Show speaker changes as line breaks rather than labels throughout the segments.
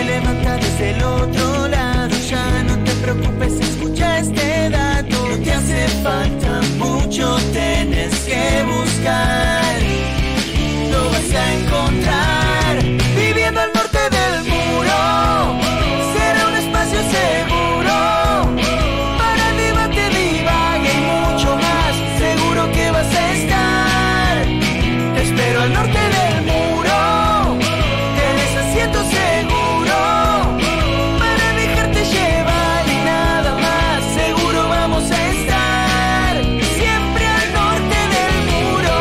oyes del otro lado. Ya no te preocupes, escucha este dato. No te hace falta mucho, tienes que buscar. Lo vas a encontrar viviendo al norte del muro. Será un espacio seguro para el debate, divague y mucho más. Seguro que vas a estar. Te espero al norte del muro. Tienes asiento seguro para dejarte llevar y nada más. Seguro vamos a estar siempre al norte del muro.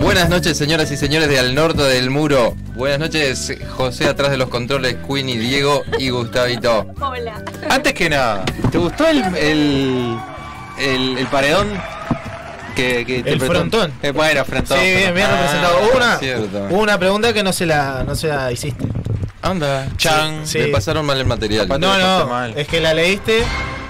Buenas noches, señoras y señores de Al Norte del Muro. Buenas noches, José atrás de los controles, Queenie, Diego y Gustavito.
Hola.
Antes que nada, ¿te gustó el, el, el- el paredón? Que, que interpretó?
frontón.
Eh, bueno, frontón.
Sí, bien, bien
Ah,
representado. Hubo una,
cierto.
hubo una pregunta que no se la, no se la hiciste.
Anda,
Chan.
Me
Sí.
pasaron mal el material.
No,
pasó
no,
mal.
es que la leíste,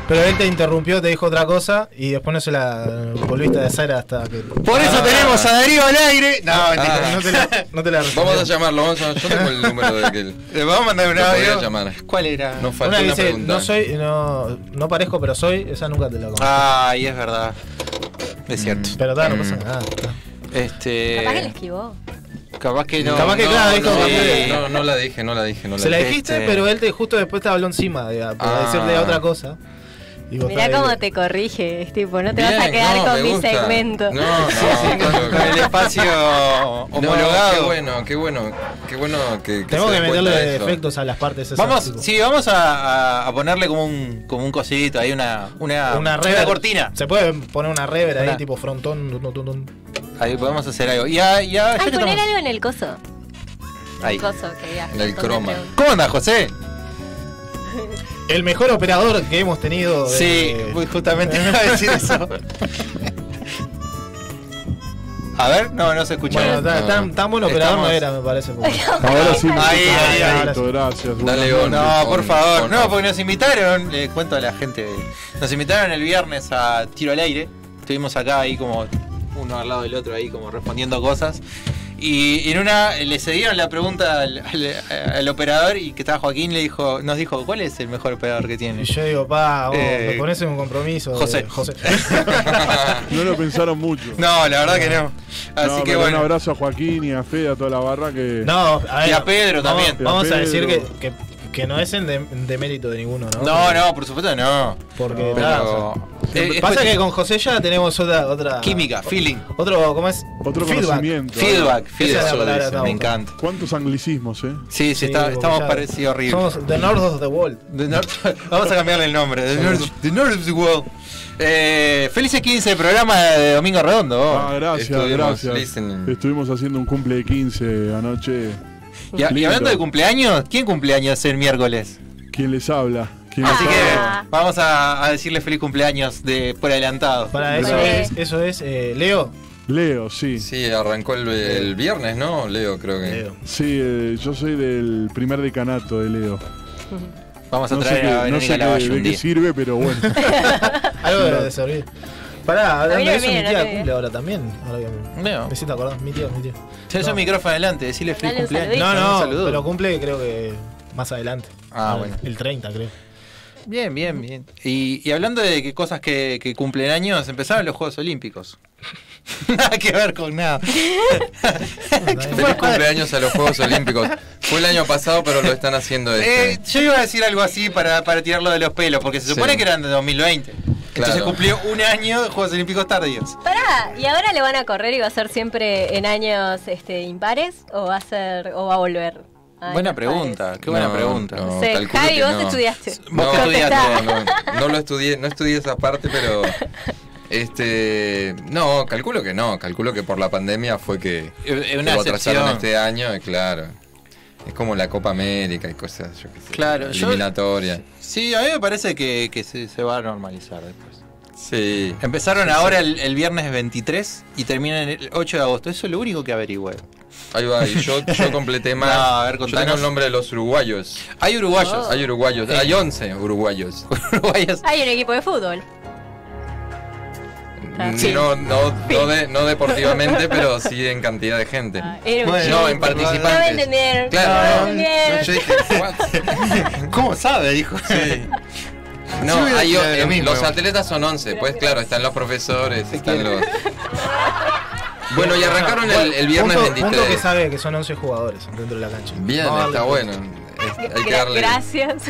pero él te interrumpió, te dijo otra cosa y después no se la volviste a hacer hasta que.
Por eso
Ah.
tenemos a Darío al aire. No, mentira,
Ah.
No te la, no te la
Vamos a
respondió.
llamarlo, vamos a, yo tengo el número de aquel.
Le vamos a mandar un
Lo podría
audio.
llamar.
¿Cuál era?
Nos
Una
faltó
que
una
dice,
pregunta. Ah.
no soy, no, no parezco, pero soy, esa nunca te la conté.
Ay, es verdad. Es cierto.
Pero tal, no
Mm.
pasa nada. ta.
Este.
Eh,
Capaz que la esquivó.
capaz que no.
Capaz que,
no,
claro, dijo,
no,
sí.
no, no la dije, no la dije, no la
Se la
dije.
dijiste,
Este-
pero él te, justo después te habló encima de, para
Ah.
decirle otra cosa. Y vos
Mirá
tal,
cómo
él-
te corrige, es tipo, no te vas a
Bien,
quedar
no, me
con mi
gusta.
segmento.
No, no, no,
Con el espacio
No, qué
homologado.
bueno, qué bueno, qué bueno que, que
Tenemos
se
que
den
meterle
cuenta de eso.
defectos a las partes esas,
Vamos,
tipo,
sí, vamos a, a- a ponerle como un, como un cosito, hay una, una,
Una rever.
cortina.
Se puede poner una rever ahí,
Una-
tipo frontón. tun, tun, tun, tun.
Ahí podemos hacer algo. Y a- y a-
Ay,
ya que
poner
estamos-
algo en el coso.
ahí.
El coso que digas.
En el croma.
¿Cómo andas, José?
El mejor operador que hemos tenido. eh, de-
Sí, voy justamente a decir eso. A ver, no, no se escucha.
Bueno, ta-
No.
tan, tan buen operador
Estamos-
no era, me parece. porque-
Ahora sí,
Ahí,
muchachos,
ahí, ahí.
perfecto, gracias.
Dale,
Buenas
Gon.
No,
Con-
por favor.
con-
No, porque nos invitaron, le cuento a la gente. Nos invitaron el viernes a Tiro al Aire. Estuvimos acá ahí como uno al lado del otro ahí como respondiendo cosas. Y en una le cedieron la pregunta al, al- al operador y que estaba Joaquín le dijo, nos dijo, ¿cuál es el mejor operador que tiene?
Y yo digo, pa, vos
Eh,
me pones en un compromiso. de-
José.
José.
noches. No lo pensaron mucho.
No, la verdad que no. Así
No,
que
pero
bueno.
Un abrazo a Joaquín y a Fede, a toda la barra que.
no, a ver.
Y a Pedro
vamos-
también.
Vamos
Y
a
a
decir que,
Pedro.
que, que no es en de, de mérito de ninguno, ¿no?
No, no, por supuesto no.
Porque
No,
nada, o
Pero.
sea,
Eh, es
pasa
cuestión-
que con José ya tenemos otra. otra
Química, feeling.
Otro, ¿cómo es?
Otro conocimiento. ¿eh?
Feedback,
Esa es la
feedback.
palabra,
dice,
está
me
bueno.
encanta.
¿Cuántos anglicismos, eh?
Sí, sí,
Sí,
está-
porque
estamos
ya-
parecidos horribles.
Somos The North of the World.
The North- vamos a cambiarle el nombre. The North, The North of the World. Eh, felices 15 programa de Domingo Redondo. vos.
Ah, gracias,
estuvimos
gracias.
listening.
Estuvimos haciendo un cumple de 15 anoche.
y, a- y
Lindo.
hablando de cumpleaños, ¿quién cumpleaños el miércoles?
¿Quién les habla? ¿Quién
Así
les
que
Ah.
vamos a, a decirle feliz cumpleaños de por adelantado.
Para eso
Vale.
es, eso es eh, Leo.
Leo, sí. Sí,
Sí, arrancó el, el viernes, ¿no? Leo, creo que.
Leo.
eh, yo soy del primer decanato de Leo.
Vamos a
No sé,
traer
qué,
a
no
Verónica
sé qué-
Lavalle
de
un
qué
día.
sirve, pero bueno.
Algo debe de servir. Pará,
A mí no
hablando de
me
eso, mi
viene, no
tía
me
cumple
viene.
ahora también. Ahora que me,
No,
me siento acordar, mi tía, mi tía.
tenés un micrófono adelante, decirle feliz
Dale un
cumpleaños.
saludito.
No,
Dale un
no,
saludo.
pero cumple creo que más adelante.
Ah, bueno.
El 30, creo.
Bien, bien, bien. Y, y hablando de que cosas que, que cumplen años, empezaron los Juegos Olímpicos. nada que ver con nada.
Feliz cumpleaños a los Juegos Olímpicos. Fue el año pasado, pero lo están haciendo este.
Eh, yo iba a decir algo así para, para tirarlo de los pelos, porque se
Sí.
supone que eran de 2020. Entonces
Claro.
cumplió un año de Juegos Olímpicos tardíos.
Pará, ¿y ahora le van a correr y va a ser siempre en años este, impares o va a ser o va a volver? a
buena
años
pregunta,
pares?
qué buena
No,
pregunta.
no.
No sé,
calculo
Javi,
que
vos
no.
estudiaste.
Vos
No,
que estudiaste.
no, no, no lo estudié, no estudié esa parte, pero. Este. No, calculo que no. Calculo que por la pandemia fue que.
Eh, eh,
que
una
lo atrasaron
excepción.
este año, y claro. Es como la Copa América y cosas, yo qué sé.
Claro, yo-
Eliminatoria.
Sí, a mí me parece que, que se, se va a normalizar después.
Sí.
Empezaron ahora el, el viernes 23 y terminan el 8 de agosto. Eso es lo único que averigüé.
Ahí va, y yo, yo completé más.
No, a ver,
yo
contanos.
tengo el nombre de los uruguayos.
Hay uruguayos.
Hay uruguayos, hay 11 uruguayos.
Hay uruguayos.
Hay un equipo de fútbol. Ah, sí.
No, no, no, de- no deportivamente, pero sí en cantidad de gente.
Ah, era un
Bueno,
chiste.
no, en
No me
participantes.
entendieron.
Claro,
no
no,
me entendieron.
yo dije, "What?".
¿Cómo sabe? Dijo.
No,
Sí, hubiera
hay,
sido lo
eh,
mismo.
los atletas son 11, pues claro, están los profesores, están los... Bueno, y arrancaron el, el viernes
punto, punto que
23.
sabe que son 11 jugadores dentro de la cancha.
Bien,
Vamos a darle
está
punto.
bueno. Es- Hay que
Gra-
darle...
Gracias.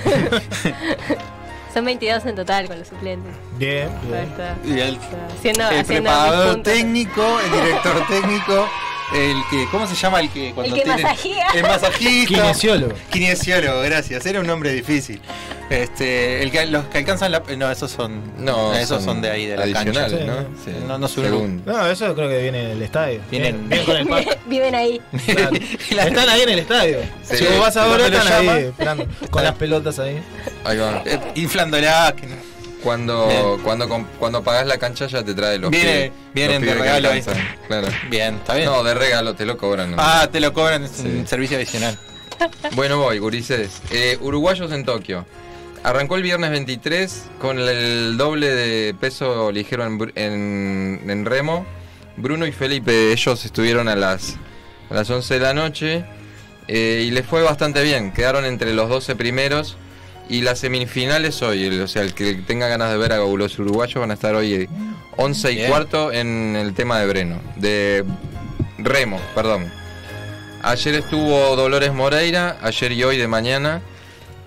Son 22 en total con los suplentes.
Bien,
Ahí
bien.
está.
Y el,
Haciendo, haciendo
el
mis
preparador
puntos.
técnico, el director técnico, el que. ¿Cómo se llama el que cuando
que
tiene-
masajea.
El masajista.
Kinesiólogo.
Kinesiólogo, gracias. Era un nombre difícil. Este, el que, los que alcanzan la. No, esos son.
No,
esos son, de ahí, de la cancha.
adicionales,
cancha.
¿no? Sí.
No, no es un
Según.
No, eso creo que viene del estadio.
Vienen-
bien con el pato.
Viven ahí.
Claro.
La-
Están ahí en el estadio.
Sí.
Si vos vas ahora,
Cuando lo
están
llama-
ahí, esperando, con las pelotas ahí.
Ahí va.
eh, inflándola. que no-
Cuando,
Bien.
cuando, com- cuando pagas la cancha ya te trae los
Viene-
pibes-
vienen de
los pibes que
regalo ahí.
alcanzan, Claro.
Bien, está bien.
No, de regalo, te lo cobran. ¿no?
ah, te lo cobran, es
Sí.
un servicio adicional.
Bueno, voy, gurises. Eh, uruguayos en Tokio. Arrancó el viernes 23 con el doble de peso ligero en, br- en- en remo. Bruno y Felipe, ellos estuvieron a las, a las 11 de la noche eh, y les fue bastante bien. Quedaron entre los 12 primeros y las semifinales hoy. el- o sea, el que tenga ganas de ver a los uruguayos van a estar hoy eh, 11 y
Bien.
cuarto en el tema de Breno. De remo, perdón. Ayer estuvo Dolores Moreira, ayer y hoy de mañana.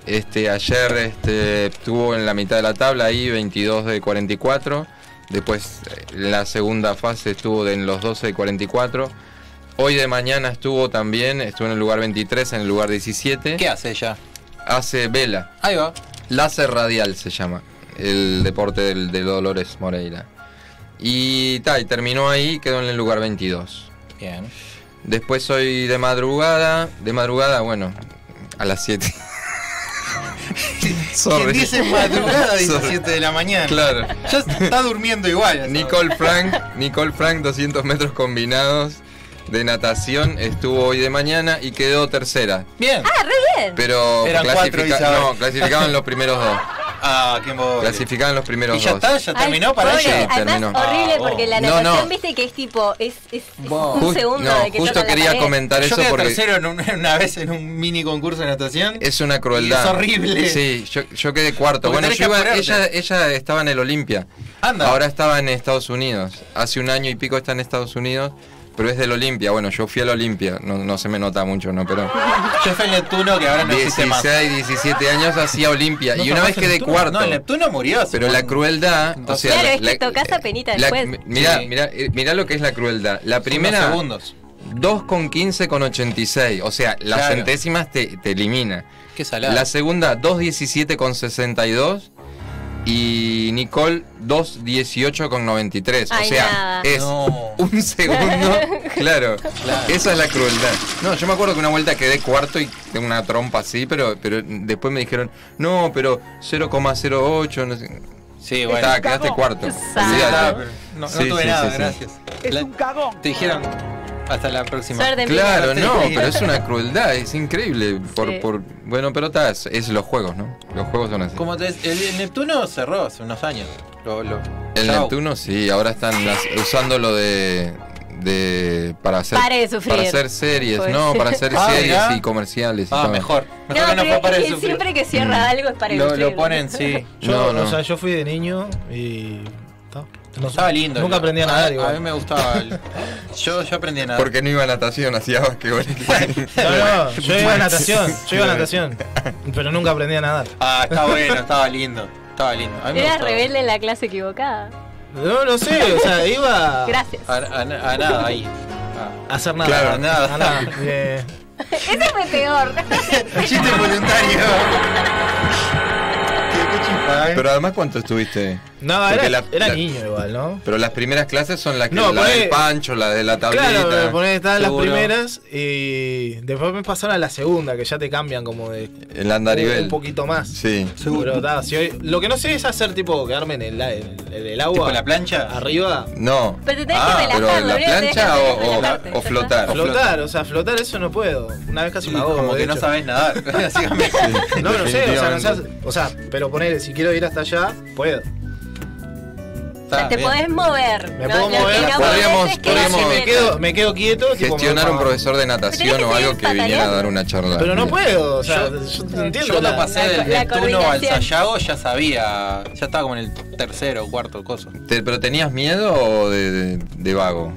Este, ayer este, estuvo en la mitad de la tabla ahí, 22 de 44. Después eh, la segunda fase estuvo de- en los 12 de 44. Hoy de mañana estuvo también, estuvo en el lugar 23, en el lugar 17.
¿Qué hace ella?
Hace vela.
Ahí va.
Láser radial se llama. El deporte del, de Dolores Moreira. Y, ta, y terminó ahí, quedó en el lugar 22.
Bien.
Después hoy de madrugada, de madrugada, bueno, a las 7.
Quien
Sorry.
dice madrugada, dice
Sorry.
7 de la mañana.
Claro.
Ya está durmiendo igual. ¿sabes?
Nicole Frank, Nicole Frank, 200 metros combinados de natación, estuvo hoy de mañana y quedó tercera.
Bien.
Ah, re bien.
Pero
Eran cuatro, Isabel.
no, clasificaban los primeros dos.
Ah, qué bobo.
Clasificaban los primeros
Y ya
dos.
está, ya terminó
Ay,
para
pobre,
ella.
Sí,
Además,
terminó.
horrible
Ah, vos.
porque la
No,
natación,
no.
viste que es tipo, es, es, es
Vos.
Jus-
un segundo
no,
de que
justo
toca la
quería
pared.
comentar
Yo
eso
quedé
porque
tercero en un- una vez en un mini concurso de natación.
es una crueldad.
Es horrible.
Sí, yo, yo quedé cuarto.
Porque
bueno,
tenés
yo
que
iba-
apurarte.
ella, ella estaba en el Olimpia.
Anda.
Ahora estaba en Estados Unidos. Hace un año y pico está en Estados Unidos, pero es del Olimpia. Bueno, yo fui al Olimpia. No, no se me nota mucho, ¿no? Pero
Ah, Yo fui en Neptuno, que ahora no existe más.
16, 17 años hacía Olimpia.
No
y una
trabaja
vez
en
quedé
Neptuno.
cuarto.
No, el Neptuno murió. hace
Pero
un-
la crueldad, o sea,
Claro, es
la-
que tocás apenita
la-
después.
mi- mirá,
Sí.
mirá, eh, mirá lo que es la crueldad. La
unos
primera,
segundos.
2 con 15 con 86. O sea, las
Claro.
centésimas te, te elimina.
Qué salada.
La segunda, 2.17 con 62. Y Nicole, 2.18 con 93.
Ay,
o sea,
nada.
es
No.
un segundo. claro,
Claro.
Esa es la crueldad. No, yo me acuerdo que una vuelta quedé cuarto y tengo una trompa así, pero, pero después me dijeron, no, pero 0,08. No sé.
Sí, bueno.
Estaba, quedaste cuarto.
Exacto.
Sí,
Olvidate.
estaba, pero no, no
Sí,
tuve
sí,
nada,
sí, sí.
gracias. La- Te dijeron hasta la próxima.
Suerte.
Claro, no,
Sí.
pero es una crueldad, es increíble. Por,
Sí.
por, bueno, pero está, es, es los juegos, ¿no? Los juegos son así.
Como te, el, el Neptuno cerró hace unos años. Lo, lo-
El
chau.
Neptuno sí, ahora están las- usando lo de, de para hacer
Pare de sufrir.
para hacer series,
Pues.
no, para hacer
Ah,
series
mirá.
y comerciales. y
Ah,
todo.
mejor. Mejor
No,
que no
pero
fue para
es
el
que
sufrir.
siempre que cierra
Mm.
algo es para el
lo,
sufrir.
lo ponen, sí.
No,
Yo,
no.
O sea, yo fui de niño y. ta, no
Estaba
sé,
lindo.
Nunca
el-
aprendí a
a
nadar
mí
igual.
me gustaba. el- yo, yo aprendí a nadar.
Porque no iba a natación, hacía basquetbol.
No, no, yo iba a natación, yo iba a natación, pero nunca aprendí a nadar.
Ah, está bueno, estaba lindo. Estaba lindo. A mí me
Eras
gustaba.
rebelde en la clase equivocada.
No, no sé, o sea, iba Ah. a
Gracias.
A, a- a nada ahí. Ah.
hacer nada.
Claro, nada.
A nada. Eh,
Ese fue peor.
Chiste voluntario. qué, qué chiste.
Pero además, ¿cuánto estuviste?
No,
Porque
era,
la-
era
la-
niño igual, ¿no?
Pero las primeras clases son las que
No,
la
poné-
del pancho, la de la tablita.
Claro, me ponés, estaban las
seguro.
primeras y después me pasaron a la segunda, que ya te cambian como de
El andarivel.
un, un poquito más.
Sí.
Pero, ta, si hoy- lo que no sé es hacer tipo quedarme en el, la- en el- en el
¿Tipo
agua.
la plancha?
Arriba.
No.
Pero te tenés
Ah,
que relajar,
Pero
lo
la
único que tenés que
plancha
hacer
o,
es
o-
relajarte,
o
ya
flotar.
O
Flotar, o sea, flotar eso no puedo. Una vez casi me ahogo.
Como
de
que no
hecho.
sabés nadar. Así como-
No, no sé, o sea, no sé,
Definitivamente.
o sea, pero poner, si quiero ir hasta allá, puedo.
está. O sea,
Está
te
bien.
podés mover.
Me puedo mover.
podés
Podríamos-
es que
podríamos-
no
Me
se
quedo, me quedo quieto. tipo,
Gestionar
me-
un profesor de natación
Pero tenés
o
que
algo que
seguir
viniera a dar
pataleando.
una charla.
Pero no puedo, o sea,
Yo-
yo, te entiendo.
Yo
la-
cuando pasé del
la
Neptuno al
coordinación.
Sayago ya sabía, ya estaba como en el tercero o cuarto coso.
Te- ¿Pero tenías miedo o de, de- de vago?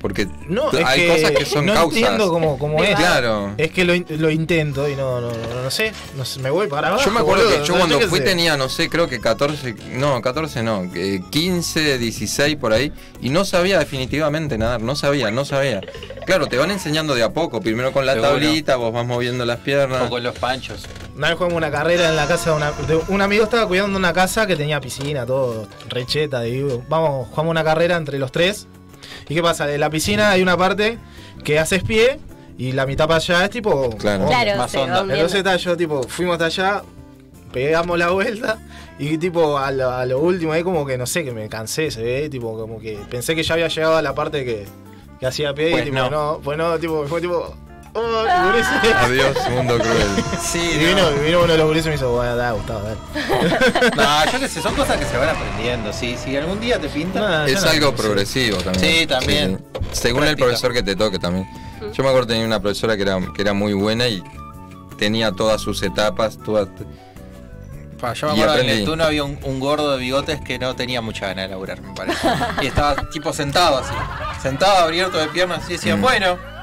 Porque
No, es
hay
que
cosas que son
no
causas.
entiendo cómo, cómo
De
es.
Claro.
Es que lo, in- lo intento y no, no, no, no sé, no sé, me voy para abajo.
Yo me acuerdo
boludo,
que yo
no
cuando
sé qué
fui
sé.
tenía, no sé, creo que 14, no, 14 no, que 15, 16 por ahí, y no sabía definitivamente nadar, no sabía, no sabía. Claro, te van enseñando de a poco, primero con la
Seguro.
tablita, vos vas moviendo las
O
piernas.
con los panchos.
Una vez jugamos una carrera en la casa de, una- de un amigo, estaba cuidando una casa que tenía piscina, todo, recheta, y digo, vamos, jugamos una carrera entre los tres. ¿Y qué pasa? En la piscina hay una parte que haces pie y la mitad para allá es tipo...
Claro.
onda.
Claro,
Más
se
onda.
va hundiendo.
Entonces ta, yo tipo, fuimos hasta allá, pegamos la vuelta y tipo a lo, a lo último ahí como que no sé, que me cansé, se ve, tipo como que pensé que ya había llegado a la parte que, que hacía pie
Pues
y tipo,
no.
no. pues no, tipo, fue tipo... Oh, gurises.
Adiós, mundo cruel.
Sí,
Y vino, vino uno de los gurises y me dijo, bueno, da, Gustavo, dale.
No, yo qué sé, son cosas que se van aprendiendo, sí. Si algún día te pintan.
No, yo
Es
no-
algo progresivo también.
Sí, también.
Sí, sí. Según el
Práctica.
profesor que te toque también. Yo me acuerdo que tenía una profesora que era, que era muy buena y tenía todas sus etapas, todas...
Pa, yo me acuerdo
Y
que en
aprendí.
el turno había un, un gordo de bigotes que no tenía mucha ganas de laburar, me parece. Y estaba tipo sentado así. Sentado, abierto de piernas, y decía,
Mm.
bueno.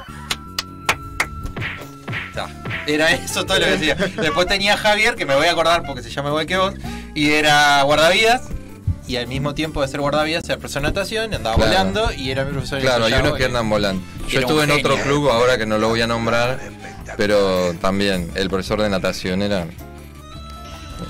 Ta, Era eso todo lo que decía. Después tenía a Javier, que me voy a acordar porque se llama igual que vos, y era guardavidas. Y al mismo tiempo de ser guardavidas, era profesor de natación, y andaba
Claro.
volando, y era mi profesor de
Claro, hay
Sayago,
unos que
y-
andan volando. Yo
Era un
estuve en otro
genio.
club ahora que no lo voy a nombrar, pero también el profesor de natación era.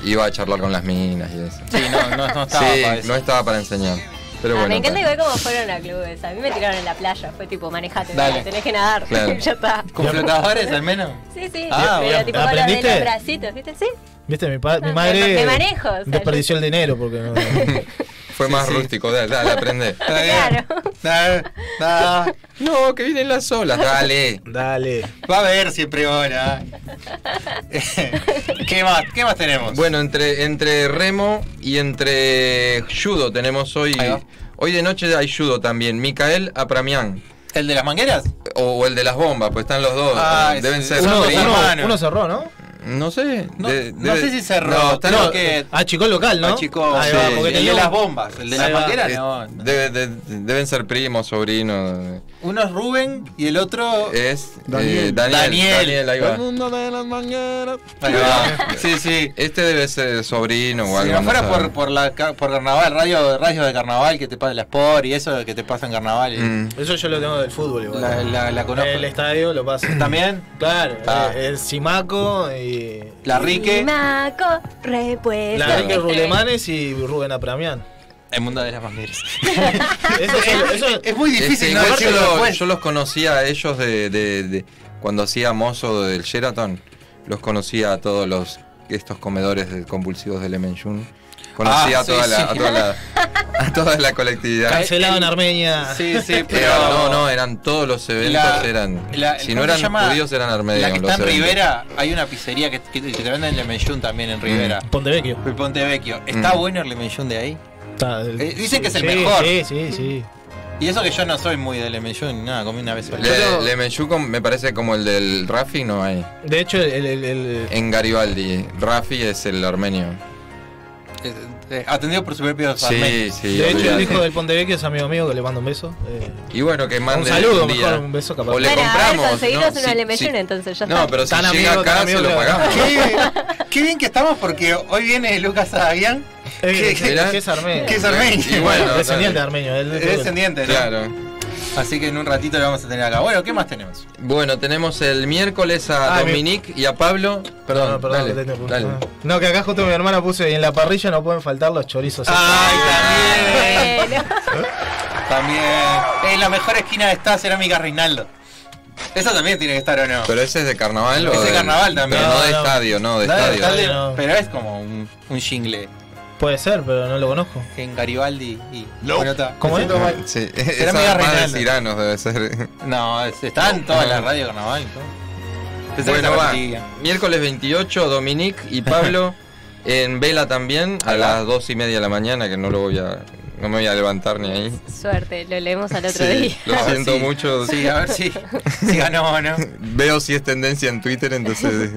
Iba a charlar con las minas y eso.
Sí, no, no, no estaba
sí,
para eso.
no estaba para enseñar. Pero
Ah,
bueno.
me encanta
está.
igual cómo fueron a clubes. A mí me tiraron en la playa. Fue tipo, manejate,
Dale.
mira, tenés que nadar.
Claro.
ya está.
¿Con flotadores al menos?
Sí, sí.
Ah,
pero
bueno.
tipo, con los de
¿Aprendiste?
los bracitos, ¿viste? Sí.
Viste, mi, pa- mi
No,
madre
me manejo, o sea,
desperdició el dinero porque no...
Fue más
sí.
rústico, dale, dale, aprende.
Claro.
Nada, nada.
No, que vienen las olas, dale.
Dale.
Va a haber siempre hora. ¿Qué más? ¿Qué más tenemos?
Bueno, entre, entre remo y entre judo tenemos hoy.
Ahí va.
Hoy de noche hay judo también. Micael Apramián.
¿El de las mangueras?
O, o el de las bombas, pues están los dos.
Ah,
eh, Deben
sí.
ser.
Uno,
primo,
uno-
mano.
uno cerró, ¿no?
No sé.
No,
de-
no
debe-
sé si cerró.
No, está
Creo
no,
que-
Ah, chico local, ¿no?
Ah, chicos,
Ahí
sí.
va, porque
el
tenía
de
un-
las bombas. El de las
Ahí va.
mangueras,
eh,
no. no.
debe- de- deben ser primos, sobrinos.
Uno es Rubén y el otro.
Es eh, Daniel.
Daniel.
Daniel.
ahí va.
mundo de las mangueras.
Ahí va. Sí, sí.
Este debe ser sobrino o
Si
algo.
no fuera
sé.
por, por, la, ca- por carnaval, radio, radio de carnaval que te pasa la Sport y eso que te pasa en carnaval. y-
Mm.
Eso yo lo tengo del fútbol, igual.
La, la, la conozco.
El estadio lo pasa.
¿También?
Claro,
Ah.
eh, el Simaco y.
La Rique.
Maco, repuesto.
La Enrique
Este,
Rulemanes y Rubén Apramián.
El mundo de las mangueras.
Eso, eso, eso-
es muy
Este,
difícil, ¿no?
igual yo,
Decirlo
lo-
después.
yo los conocía a ellos de, de- de- cuando hacía mozo del Sheraton. Los conocía a todos los estos comedores de- compulsivos del Emenjun. Conocía
Ah,
a, toda
sí,
la,
sí.
a toda la a toda la colectividad.
cancelado en Armenia.
Sí, sí, pero.
Era- no, no, eran todos los eventos,
La-
eran.
la-
si
¿cómo
no
se
eran
llama?
judíos, eran armenios.
La que
los
está en
eventos.
Rivera, hay una pizzería que, que- que te venden el Lemellún también en Rivera.
Pontevecchio.
El Ponte Vecchio. ¿Está
Mm.
bueno el Lemellún de ahí?
Está, el-
Eh, dicen que es el
sí,
mejor.
Sí, sí, sí.
Y eso que yo no soy muy de Lemellún, nada, comí una vez sola.
Le, Lemenchú com- me parece como el del Rafi, no hay.
De hecho, el. el- el- el-
En Garibaldi, Rafi es el armenio.
Eh, eh, Atendido por su propio
Sí, sí.
de hecho, el
olvidate.
hijo del Pontevecchio es amigo mío que le mando un beso. eh.
Y bueno, que mande
saludo,
un día.
mejor, un beso capaz.
O le
Bueno, a ver,
compramos.
conseguirnos
¿no?
una
Sí,
Lemellún,
sí.
entonces ya
No,
está.
pero si
Tan
llega
amigo, tan
acá, se
amigo
lo
que-
pagamos.
Qué, qué bien que estamos porque hoy viene Lucas Adavián,
Eh,
¿Qué-
que-
qué-
que es armenio.
que es armenio.
Y bueno,
descendiente de armenio. él-
es descendiente, ¿no?
Claro.
Así que en un ratito lo vamos a tener acá. Bueno, ¿qué más tenemos?
Bueno, tenemos el miércoles a
Ah, mi-
Dominique y a Pablo. Perdón,
No, perdón,
dale,
que te-
dale.
No, que acá justo mi hermana puso y en la parrilla no pueden faltar los chorizos.
Ah.
¡Ay,
Bueno.
también! También. En la mejor esquina está Cerámica Reinaldo. Eso también tiene que estar o no.
Pero ese es de carnaval o
Ese es
del-
carnaval también.
Pero no,
No,
de
no.
estadio, no, de
No,
estadio.
tal de-
No.
Pero es como un, un jingle
Puede ser, pero no lo conozco.
en Garibaldi y. bueno, está.
¿Cómo es?
Sí,
Será
esa
medio
más
Reinaldo.
de Ciranos debe ser.
No, es- está en toda la radio carnaval. y todo. Pensé que
Bueno,
se
va.
repetía.
Miércoles 28, Dominique y Pablo en vela también a
Ahí va.
las 2 y media de la mañana, que no lo voy a. No me voy a levantar ni ahí.
Suerte, lo leemos al otro
Sí,
día.
Lo
Ah,
siento
sí.
mucho.
Sí, a ver si, si ganó o no.
Veo si es tendencia en Twitter, entonces.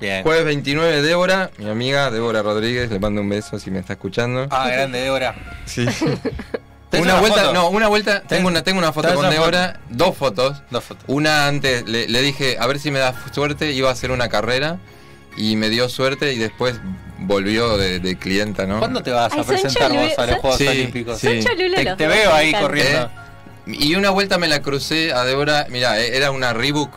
Bien.
Jueves 29, Débora, mi amiga Débora Rodríguez, le mando un beso si me está escuchando.
Ah, grande Débora.
Sí.
¿Tenés una
Una vuelta,
foto?
no, una vuelta.
¿Tenés-
Tengo una, tengo una foto
tenés
con
una foto?
Débora, dos fotos.
Dos fotos.
Una antes le, le dije, a ver si me da suerte, iba a hacer una carrera y me dio suerte y después volvió de, de clienta, ¿no?
¿Cuándo te vas
Ay,
a
son
presentar
cholu-
vos a los
son-
Juegos
Sí,
Olímpicos?
sí.
Son cholulos
Te,
los
te
dos,
veo
me
ahí
encanta.
corriendo.
¿Eh? Y una vuelta me la crucé a Débora, mira, era una Reebok.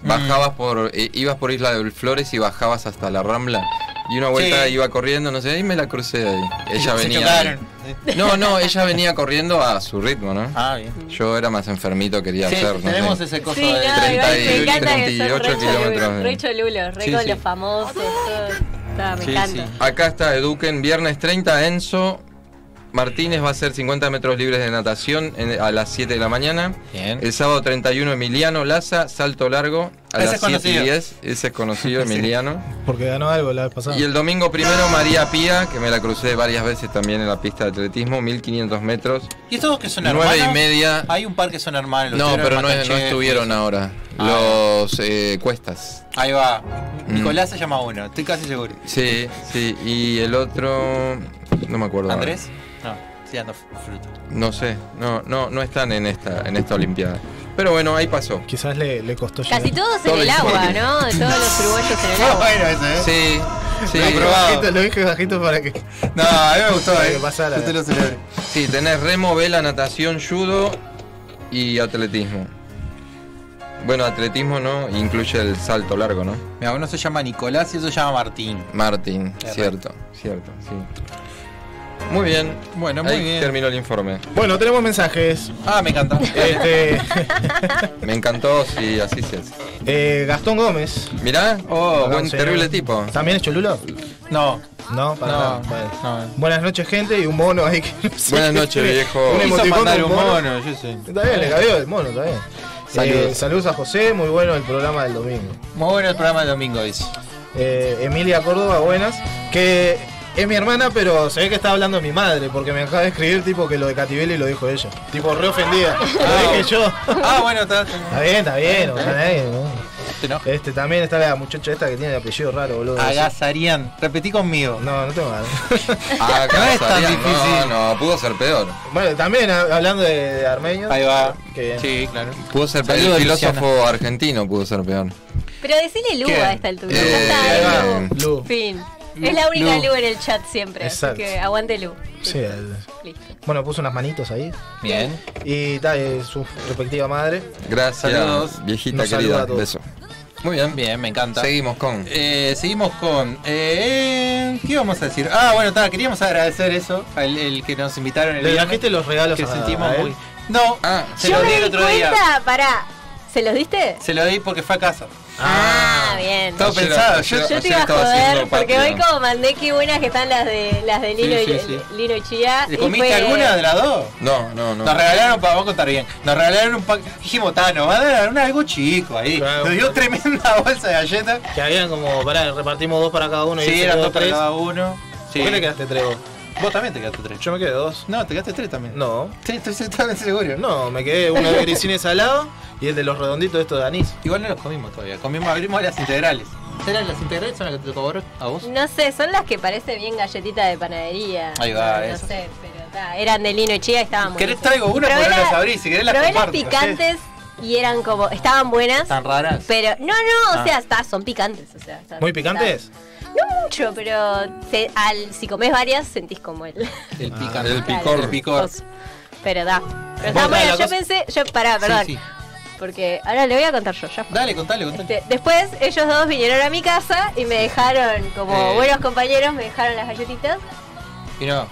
Bajabas
Mm.
por, eh, ibas por Isla de Flores y bajabas hasta la Rambla. Y una vuelta
Sí.
iba corriendo, no sé, y me la crucé ahí. Ella
Se
venía.
chocaron.
No, no, ella venía corriendo a su ritmo, ¿no?
Ah, bien.
Yo era más enfermito, quería
Sí,
hacer, no sé.
tenemos ese coso
Sí, no,
de...
Treinta
igual
y-
me encanta que son
38
re
kilómetros.
cholulos, re cholulos, re
Sí,
con
sí.
los famosos, todo. Está, me
Sí,
encanta.
sí.
Acá está Eduquen, viernes 30, Enzo. Martínez va a hacer 50 metros libres de natación en- a las 7 de la mañana.
Bien.
El sábado 31, Emiliano Laza, salto largo a
Ese
las
es
7 y
conocido.
10. Ese es conocido, Emiliano.
Porque ganó algo la vez pasada.
Y el domingo primero, María Pía, que me la crucé varias veces también en la pista de atletismo, 1500 metros,
¿Y estos dos que son
9
hermanos?
y media.
Hay un par que son hermanos. los
No,
Teros,
pero no, es- no
Matachef.
estuvieron ahora.
Ah.
Los eh, cuestas.
Ahí va. Nicolás se llama uno, estoy casi seguro.
Sí, sí. Y el otro. No me acuerdo. ahora.
¿Andrés? No, sí, ando fruto.
Ah.
No sé, no, no, no están en esta, en esta olimpiada. Pero bueno, ahí pasó.
Quizás le, le costó llegar.
Casi todos
Todo
en el
el
agua,
deporte.
¿no? Todos los uruguayos en el agua.
ese, ¿eh?
Sí, sí,
Lo probá.
Bajito, lo dije bajito para que.
No, a mí me gustó,
Para
eh.
que pasara.
Yo te lo celebro.
sí, tenés remo, vela, natación, judo y atletismo. Bueno, atletismo no, incluye el salto largo, ¿no?
Mira, uno se llama Nicolás y otro se llama Martín.
Martín,
Correcto.
cierto, cierto, sí. Muy bien,
Bueno, muy
ahí
bien.
terminó el informe.
Bueno, tenemos mensajes.
Ah, me encanta.
Este,
Me encantó, sí, así se hace.
eh, Gastón Gómez.
Mirá, oh,
Acá
buen
un señor.
terrible tipo.
¿También es cholulo?
No,
No, para
no,
nada, vale.
no.
Buenas noches, gente, y un mono ahí que no sé
Buenas
qué
noches,
tiene.
viejo.
Un
Quiso
Quiso
emoticón
mandar
de
un mono, yo sé.
Está bien, le cabió el mono, está bien.
Saludos.
Eh, saludos a José, muy bueno el programa del domingo.
Muy bueno el programa del domingo, dice.
Eh, Emilia Córdoba, buenas. Que es mi hermana, pero se ve que está hablando mi madre, porque me acaba de escribir tipo que lo de Catibelli lo dijo ella. Tipo re ofendida. Lo dije yo.
Ah, bueno, está.
Está bien, está bien, no pasa nada, ¿no?
Te enojas.
Este también está la muchacha esta que tiene el apellido raro, boludo.
Ah, Agazarian. Repetí conmigo.
No, no tengo ganas.
Ah,
No es tan
Casarían,
difícil.
No, no, pudo ser peor.
Bueno, también ha- hablando de, de armenios.
Ahí va.
Qué bien.
Sí, claro.
Pudo ser peor. El
Saludos,
filósofo argentino pudo ser peor.
Pero decile Lu
¿Qué?
a esta altura.
Eh,
Ahí
ya está,
va,
Lu.
Lu.
Fin.
Lu,
Es la única
Lu.
Lu, en el chat siempre.
Exacto.
Así que aguante Lu.
Sí, el-
Listo.
bueno, puso unas manitos ahí.
Bien.
Y ta, eh, su respectiva madre.
Gracias,
Saludos.
viejita
Nos saluda
querida.
a todos.
Beso. Muy bien.
Bien, me encanta.
Seguimos con.
Eh, seguimos con. eh, ¿Qué vamos a decir? Ah, bueno, ta, queríamos agradecer eso, al el que nos invitaron el
Le
viernes,
trajiste los regalos
que
a-
sentimos
a él.
muy. No,
Ah,
se
Yo
lo di
me
el
di
otro día.
cuenta, pará. ¿Se los diste?
Se lo di porque fue a casa.
Ah, bien.
Estaba
Ayer-
pensado,
ayer-
yo-
Yo
ayer
te iba a
estaba haciendo
joder porque
patria.
hoy como mandé qué buenas que están las de las de Lino,
Sí,
y,
sí, sí.
Lino y Chía.
¿Le
y
comiste
fue-
alguna de las dos?
No, no, no.
Nos regalaron, para vos contar bien, nos regalaron un pack. Dijimos, ta, nos van a dar un algo chico ahí.
Claro.
Nos dio tremenda bolsa de galletas.
Que habían como, pará, repartimos dos para cada uno. y
Sí,
se
eran
quedó
dos para
tres.
cada uno. Sí.
¿Por qué le quedaste tres vos?
Vos también te quedaste tres.
Yo me quedé dos.
No, te quedaste tres también.
No.
Sí, estoy totalmente seguro.
No, me quedé uno de grisines salado y el de los redonditos estos de anís.
Igual no los comimos todavía, comimos, abrimos las integrales. ¿Eran las integrales son las que te tocó a vos?
No sé, son las que parece bien galletita de panadería.
Ahí va,
no, no
esas.
sé, pero ta, eran de Lino y Chía y estaban muy
¿Querés
ricas.
traigo una?
Probé
Porque no
la-
las abrí, si querés las
probé las
comparto.
picantes y eran como, estaban buenas.
¿Tan raras?
Pero, no, no, o
Ah.
sea, está, son picantes. O sea, están-
¿Muy picantes?
están- no mucho, pero se- al, si comes varias sentís como el...
El
picante.
El
El picor.
Oh,
picor.
coso. Pero da. Pero
Bueno,
está bueno,
la
yo
cosa-
pensé, yo pará, perdón.
Sí, sí.
Porque ahora le voy a contar yo, ya fue.
Dale, contale, contale.
Este, después ellos dos vinieron a mi casa y me dejaron, como
Eh.
buenos compañeros, me dejaron las galletitas.
Y no,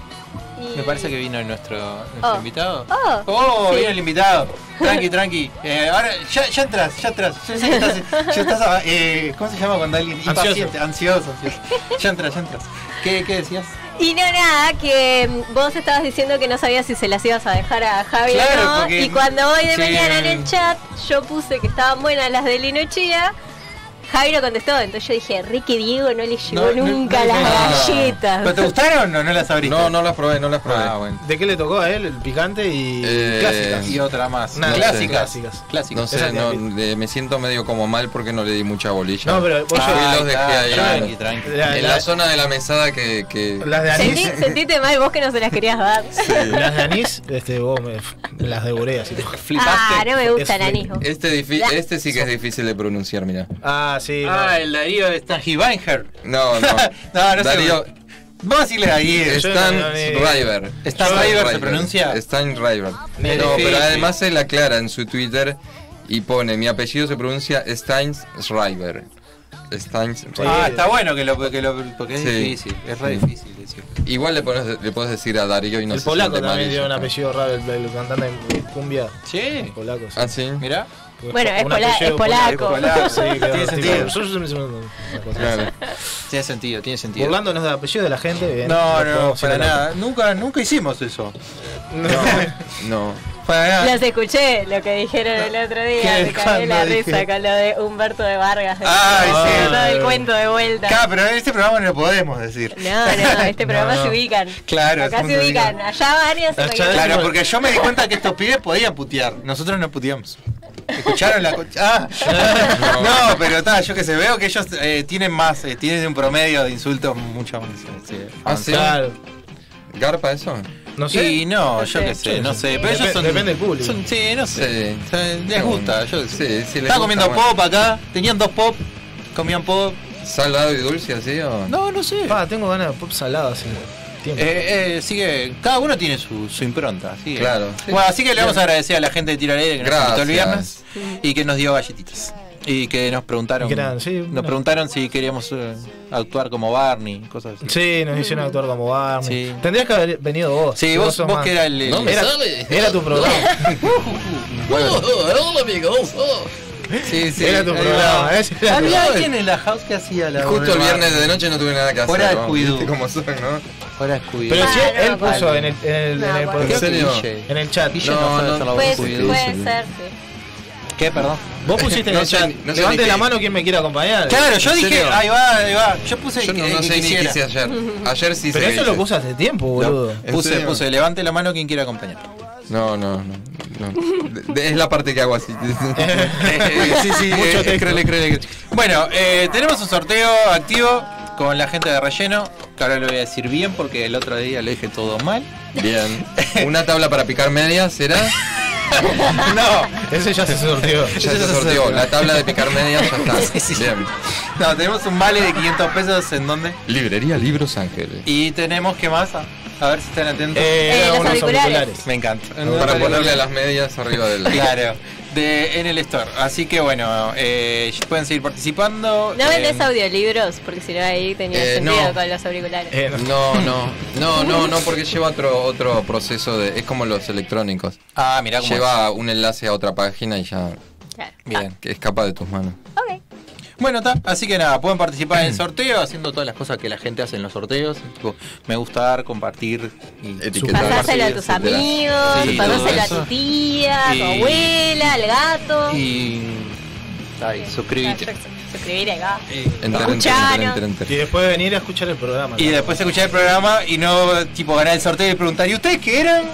Y...
me parece que vino nuestro, nuestro
Oh.
invitado.
Oh,
Oh,
Sí.
viene el invitado. Tranqui, tranqui. Eh, ahora, ya, ya entras, ya entras. Yo sé que estás, ya estás ah, eh, ¿Cómo se llama cuando alguien
Ansioso.
impaciente? Ansioso, ansioso. Ya entras, ya entras. ¿Qué, qué decías?
Y no nada, que mm, vos estabas diciendo que no sabías si se las ibas a dejar a Javi
Claro,
o no.
porque-
Y cuando hoy de
Sí.
mañana en el chat yo puse que estaban buenas las de Lino y Chía, Javi no contestó. Entonces yo dije, Ricky Diego no le llevó
No, no,
nunca
no,
las
no.
galletas.
¿Pero te gustaron o no las abriste?
No, no las probé, no las probé.
Ah, bueno.
¿De qué le tocó a él? El picante y
Eh,
clásicas.
Y otra más.
Nada,
clásicas.
clásicas.
Clásicas.
No
Esa
sé,
te
no,
admito.
eh, me siento medio como mal porque no le di mucha bolilla.
No, pero vos
Ah,
Yo los dejé
está,
ahí.
Tranqui, tranqui.
La-
en la,
la-
zona de la mesada que... que-
las de
Sentí-
anís,
sentiste mal vos que no se las querías dar.
las de anís, este, vos me, me las devoré así.
Ah,
Flipaste.
no me gustan
Es-
anís. vos.
Este, difi-
La-
este sí que es difícil de pronunciar, mira.
Ah, sí. no.
Ah, el Darío está Stangibainger.
No, no.
No, no sé.
Darío, Este,
Vamos a decirle Darío.
Yo
Stan
no, ni-
River.
Stan River se pronuncia.
Stan River.
Me
No,
difícil.
pero además él aclara en su Twitter y pone, mi apellido se pronuncia Stein River. Stein
Ah, está bueno que lo, que lo porque es
Sí.
difícil, es re difícil decirlo.
Igual le, pones, le puedes decir a Darío y no
el
se
polaco
siente mal
también
y
tiene
ya
un
está.
apellido raro, el, el cantante de cumbia.
Sí,
Polaco, sí.
Ah, sí.
mirá.
Bueno, es
Un
pola-
apellido
es polaco.
Polaco.
Sí, claro,
Tiene
tipo, una cosa.
Claro.
Tiene sentido, tiene sentido.
Burlándonos de apellidos de la gente. bien.
No, no,
podemos
para
ir a la-
nada. Nunca, nunca hicimos eso.
No.
No.
Para nada.
Los escuché, lo que dijeron el otro día,
¿Qué?
me cagué la
¿Cuándo
risa
dije?
con lo de Humberto de Vargas. de-
Ay,
sí.
Todo el cuento de vuelta.
Claro, pero en este programa no lo podemos decir.
No, no, este programa
No, no.
se ubican.
Claro,
Acá
es
se ubican. Allá varias
Allá-
se ubican.
Claro, porque yo me di cuenta que estos pibes podían putear. Nosotros no puteamos. ¿Escucharon la co- Ah, no, pero está, yo que sé, veo que ellos eh, tienen más, eh, tienen un promedio de insultos mucho más. eh,
Ah, sí.
Claro.
¿Garpa eso?
No sé.
Sí, no,
No
yo
sé.
qué sé,
Sí,
no
sí.
sé. Pero ellos
Depe-
son.
depende del público.
son- sí, no sé.
Sí.
O sea, Les
Sí,
gusta,
bueno.
yo
Sí, sí, les gusta,
Estaba comiendo
bueno.
pop acá, tenían dos pop, comían pop.
¿Salado y dulce así o...?
No, no sé.
Pa, tengo ganas de pop salado hace tiempo.
Eh, eh, sigue, cada uno tiene su, su impronta, así que-
Claro.
Bueno, así que le vamos a agradecer a la gente de Tiro al Aire que nos
Gracias.
invitó el viernes y que nos dio galletitas. Y que nos preguntaron.
Y que eran, sí,
nos
bueno.
preguntaron si queríamos eh, actuar como Barney, cosas así.
Sí, nos hicieron actuar como Barney.
Sí.
Tendrías que haber venido vos.
Sí,
que
vos,
sos
vos
más-
que era el. el-
No me
Era,
sale.
era tu programa.
sí, sí,
era tu
ahí
programa.
va.
ese era tu-
Había alguien en la house que hacía la.
Eh, Justo el viernes de noche no tuve nada que hacer.
Fuera de
¿no?
Scooby-Doo.
Viste cómo son, ¿no?
Ahora Scooby.
Pero
Ah,
sí,
no,
él
bueno.
puso en el, en el,
No,
en el-
bueno.
¿En serio?
en el chat.
Guille no,
No,
sabe
no,
hacer la voz
Puede,
de
Scooby,
Scooby-Doo.
puede
sí.
ser, sí.
¿Qué, perdón?
Vos pusiste en
No
el
sé
chat.
ni- no sé
Levante
ni
la
qué.
mano quien me quiera acompañar.
Claro, yo
¿En
dije,
serio?
ahí va, ahí va. Yo puse
Yo no,
que-
no
que
sé ni qué
quisiera.
hice ayer. Ayer sí
Pero
sé
eso
qué
lo
hice.
puse hace tiempo,
No,
boludo.
¿En
Puse,
serio?
puse, levante la mano quien quiera acompañar.
No, no, no. no. De- de- es la parte que hago así.
sí, sí,
Mucho
eh,
texto.
créele, créele. Bueno, eh, tenemos un sorteo activo con la gente de relleno, que ahora lo voy a decir bien porque el otro día lo dije todo mal.
Bien. Una tabla para picar medias, ¿será?
no,
Ese ya se sortió.
Ya se sorteó. La tabla de picar medias ya está.
Sí, sí, sí.
Bien.
no, tenemos un vale de 500 pesos en donde.
Librería Libros Ángeles.
Y tenemos que más, a, a ver si están atentos.
Eh,
los
unos
auriculares.
Me encanta.
Para ponerle a las medias arriba del.
Claro, de, en el store. Así que bueno, eh, pueden seguir participando.
No
eh,
vendés audiolibros, porque si no ahí tenía
Eh,
sentido
no.
con los auriculares.
Eh, no.
No, no, no, no, no, porque lleva otro otro proceso de. Es como los electrónicos.
Ah, mirá cómo.
Lleva un enlace a otra página y ya
Claro.
Bien.
que escapa de tus manos.
Ok.
Bueno, ta, así que nada, pueden participar en el sorteo haciendo todas las cosas que la gente hace en los sorteos. Tipo, me gustar, compartir y
Etiquetar.
sumar.
Pasáselo a tus
etcétera.
amigos,
Sí, todo
pasáselo a
eso.
tu tía, a tu
Y-
abuela, al gato.
Y. Ay, suscríbete.
Suscribirte acá.
Y-
Enter, enter, enter, enter, enter.
Y después venir a escuchar el programa.
Y después escuchar el programa y no, tipo, ganar el sorteo y preguntar, ¿y ustedes qué eran?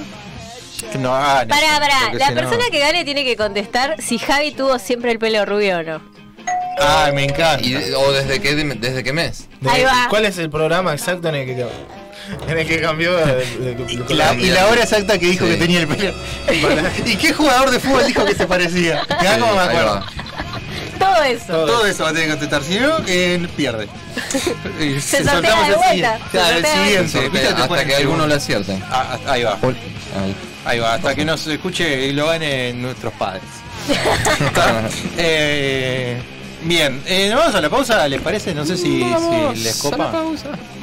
Que No, ah, no,
Pará, pará,
porque
la
si no-
persona que gane tiene que contestar si Javi tuvo siempre el pelo rubio o no.
Ay, me encanta.
Y, ¿O desde qué, desde qué mes?
De-
Ahí va.
¿Cuál es el programa exacto en el que, en el que cambió? de- de- de-
Y la, y la hora exacta que dijo
Sí.
que tenía el pelo. ¿Y qué jugador de fútbol dijo que se parecía? Mirá
Sí,
cómo me
ahí
acuerdo.
va.
Todo Todo eso.
Todo eso va a tener que contestar, si no, eh, pierde. Y
Se sortea
soltamos
de
el
vuelta,
siguiente.
se
Claro, el
sortea de
siguiente.
Sí,
Viste, te
hasta
ponen
que
el
alguno lo
segundo.
acierte.
Ah, ah, ahí va.
Ahí.
Ahí va, hasta que nos escuche y lo ganen nuestros padres. Está. Eh, bien, eh, ¿nos vamos a la pausa, ¿les parece? No sé si, si les copa.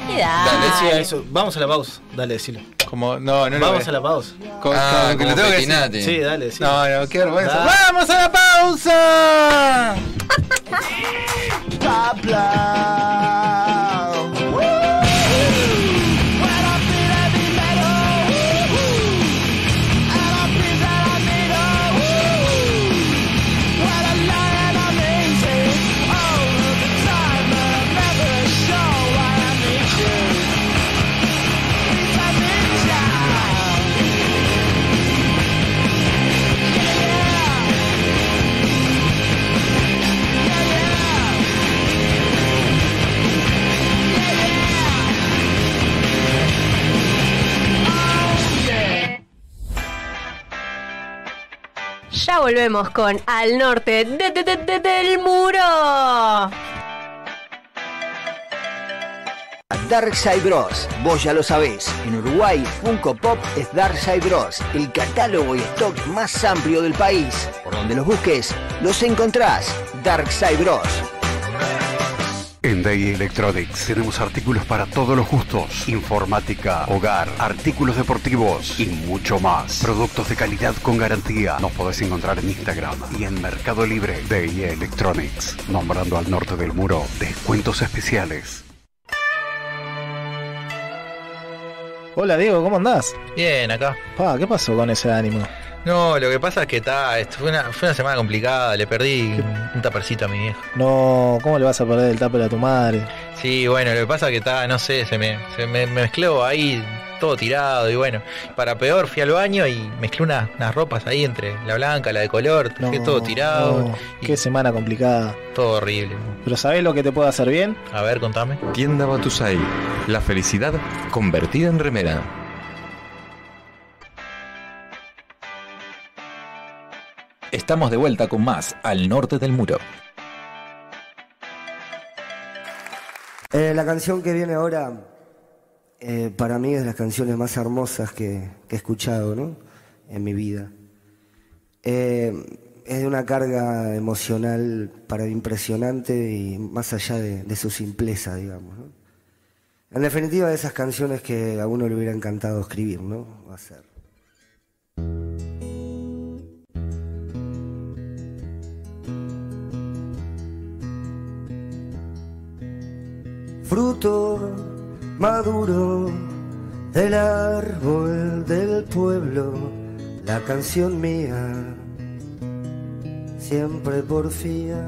Y dale.
Dale,
Sí, a eso. Vamos a la pausa. Dale, decilo.
Como, no, no lo
Vamos
ve.
a la pausa.
Co-
Ah,
co- que
como
lo tengo que decir.
Petinati.
Sí, dale, decilo.
No, no, qué vergüenza.
Da.
¡Vamos a la pausa!
Oh,
Ya volvemos con Al Norte de- de- de- de- del Muro.
Darkside Bros. Vos ya lo sabés. En Uruguay, Funko Pop es Darkside Bros. El catálogo y stock más amplio del país. Por donde los busques, los encontrás. Darkside Bros.
En Day Electronics tenemos artículos para todos los gustos, informática, hogar, artículos deportivos y mucho más. Productos de calidad con garantía. Nos podés encontrar en Instagram y en Mercado Libre. Day Electronics, nombrando al norte del muro, descuentos especiales.
Hola, Diego, ¿cómo andás?
Bien, acá.
Pa, ¿qué pasó con ese ánimo?
No, lo que pasa es que está, esto fue una, fue una semana complicada, le perdí un tapercito a mi viejo.
No, ¿cómo le vas a perder el tupper a tu madre?
Sí, bueno, lo que pasa es que está, no sé, se me, se me me mezcló ahí todo tirado y bueno, para peor fui al baño y mezclé unas, unas ropas ahí entre la blanca, la de color,
No,
dejé todo tirado,
no,
y-
qué semana complicada.
todo horrible.
Pero ¿sabés lo que te puede hacer bien?
A ver, contame.
Tienda Batusai. La felicidad convertida en remera.
Estamos de vuelta con más al norte del muro.
Eh, la canción que viene ahora, eh, para mí es de las canciones más hermosas que, que he escuchado ¿no? en mi vida. Eh, es de una carga emocional para mí impresionante y más allá de, de su simpleza, digamos. ¿no? En definitiva, de esas canciones que a uno le hubiera encantado escribir ¿no? o hacer. fruto maduro del árbol del pueblo, la canción mía, siempre porfía.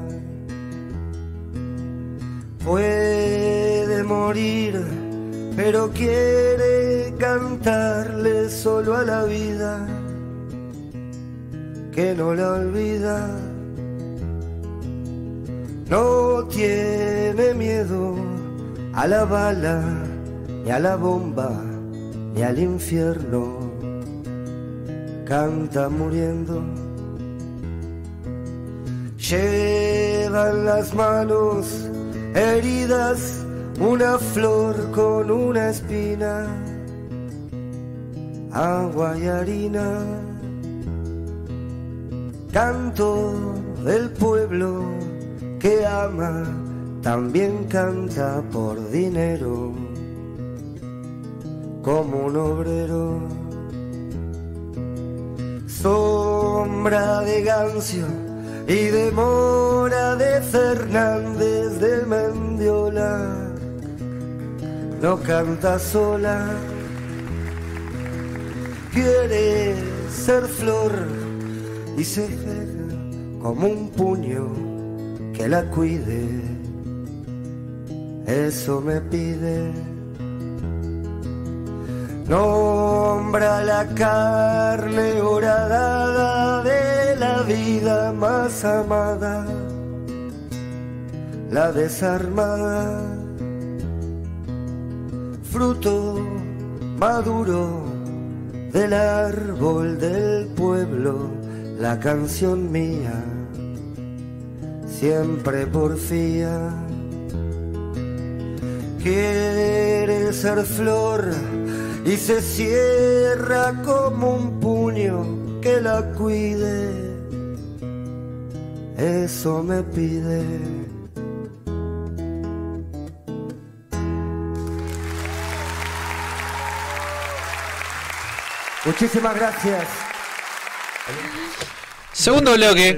Puede morir, pero quiere cantarle solo a la vida, que no la olvida no tiene miedo a la bala, ni a la bomba, ni al infierno. Canta muriendo. Llevan las manos heridas, una flor con una espina, agua y harina canto del pueblo que ama, también canta por dinero, como un obrero. Sombra de Gancio y de Mora de Fernández de Mendiola, no canta sola quiere ser flor y se pega como un puño que la cuide. Eso me pide. Nombra la carne horadada de la vida más amada, la desarmada fruto maduro del árbol del pueblo, la canción mía, siempre porfía. Quiere ser flor y se cierra como un puño que la cuide. Eso me pide. Muchísimas gracias.
Segundo bloque.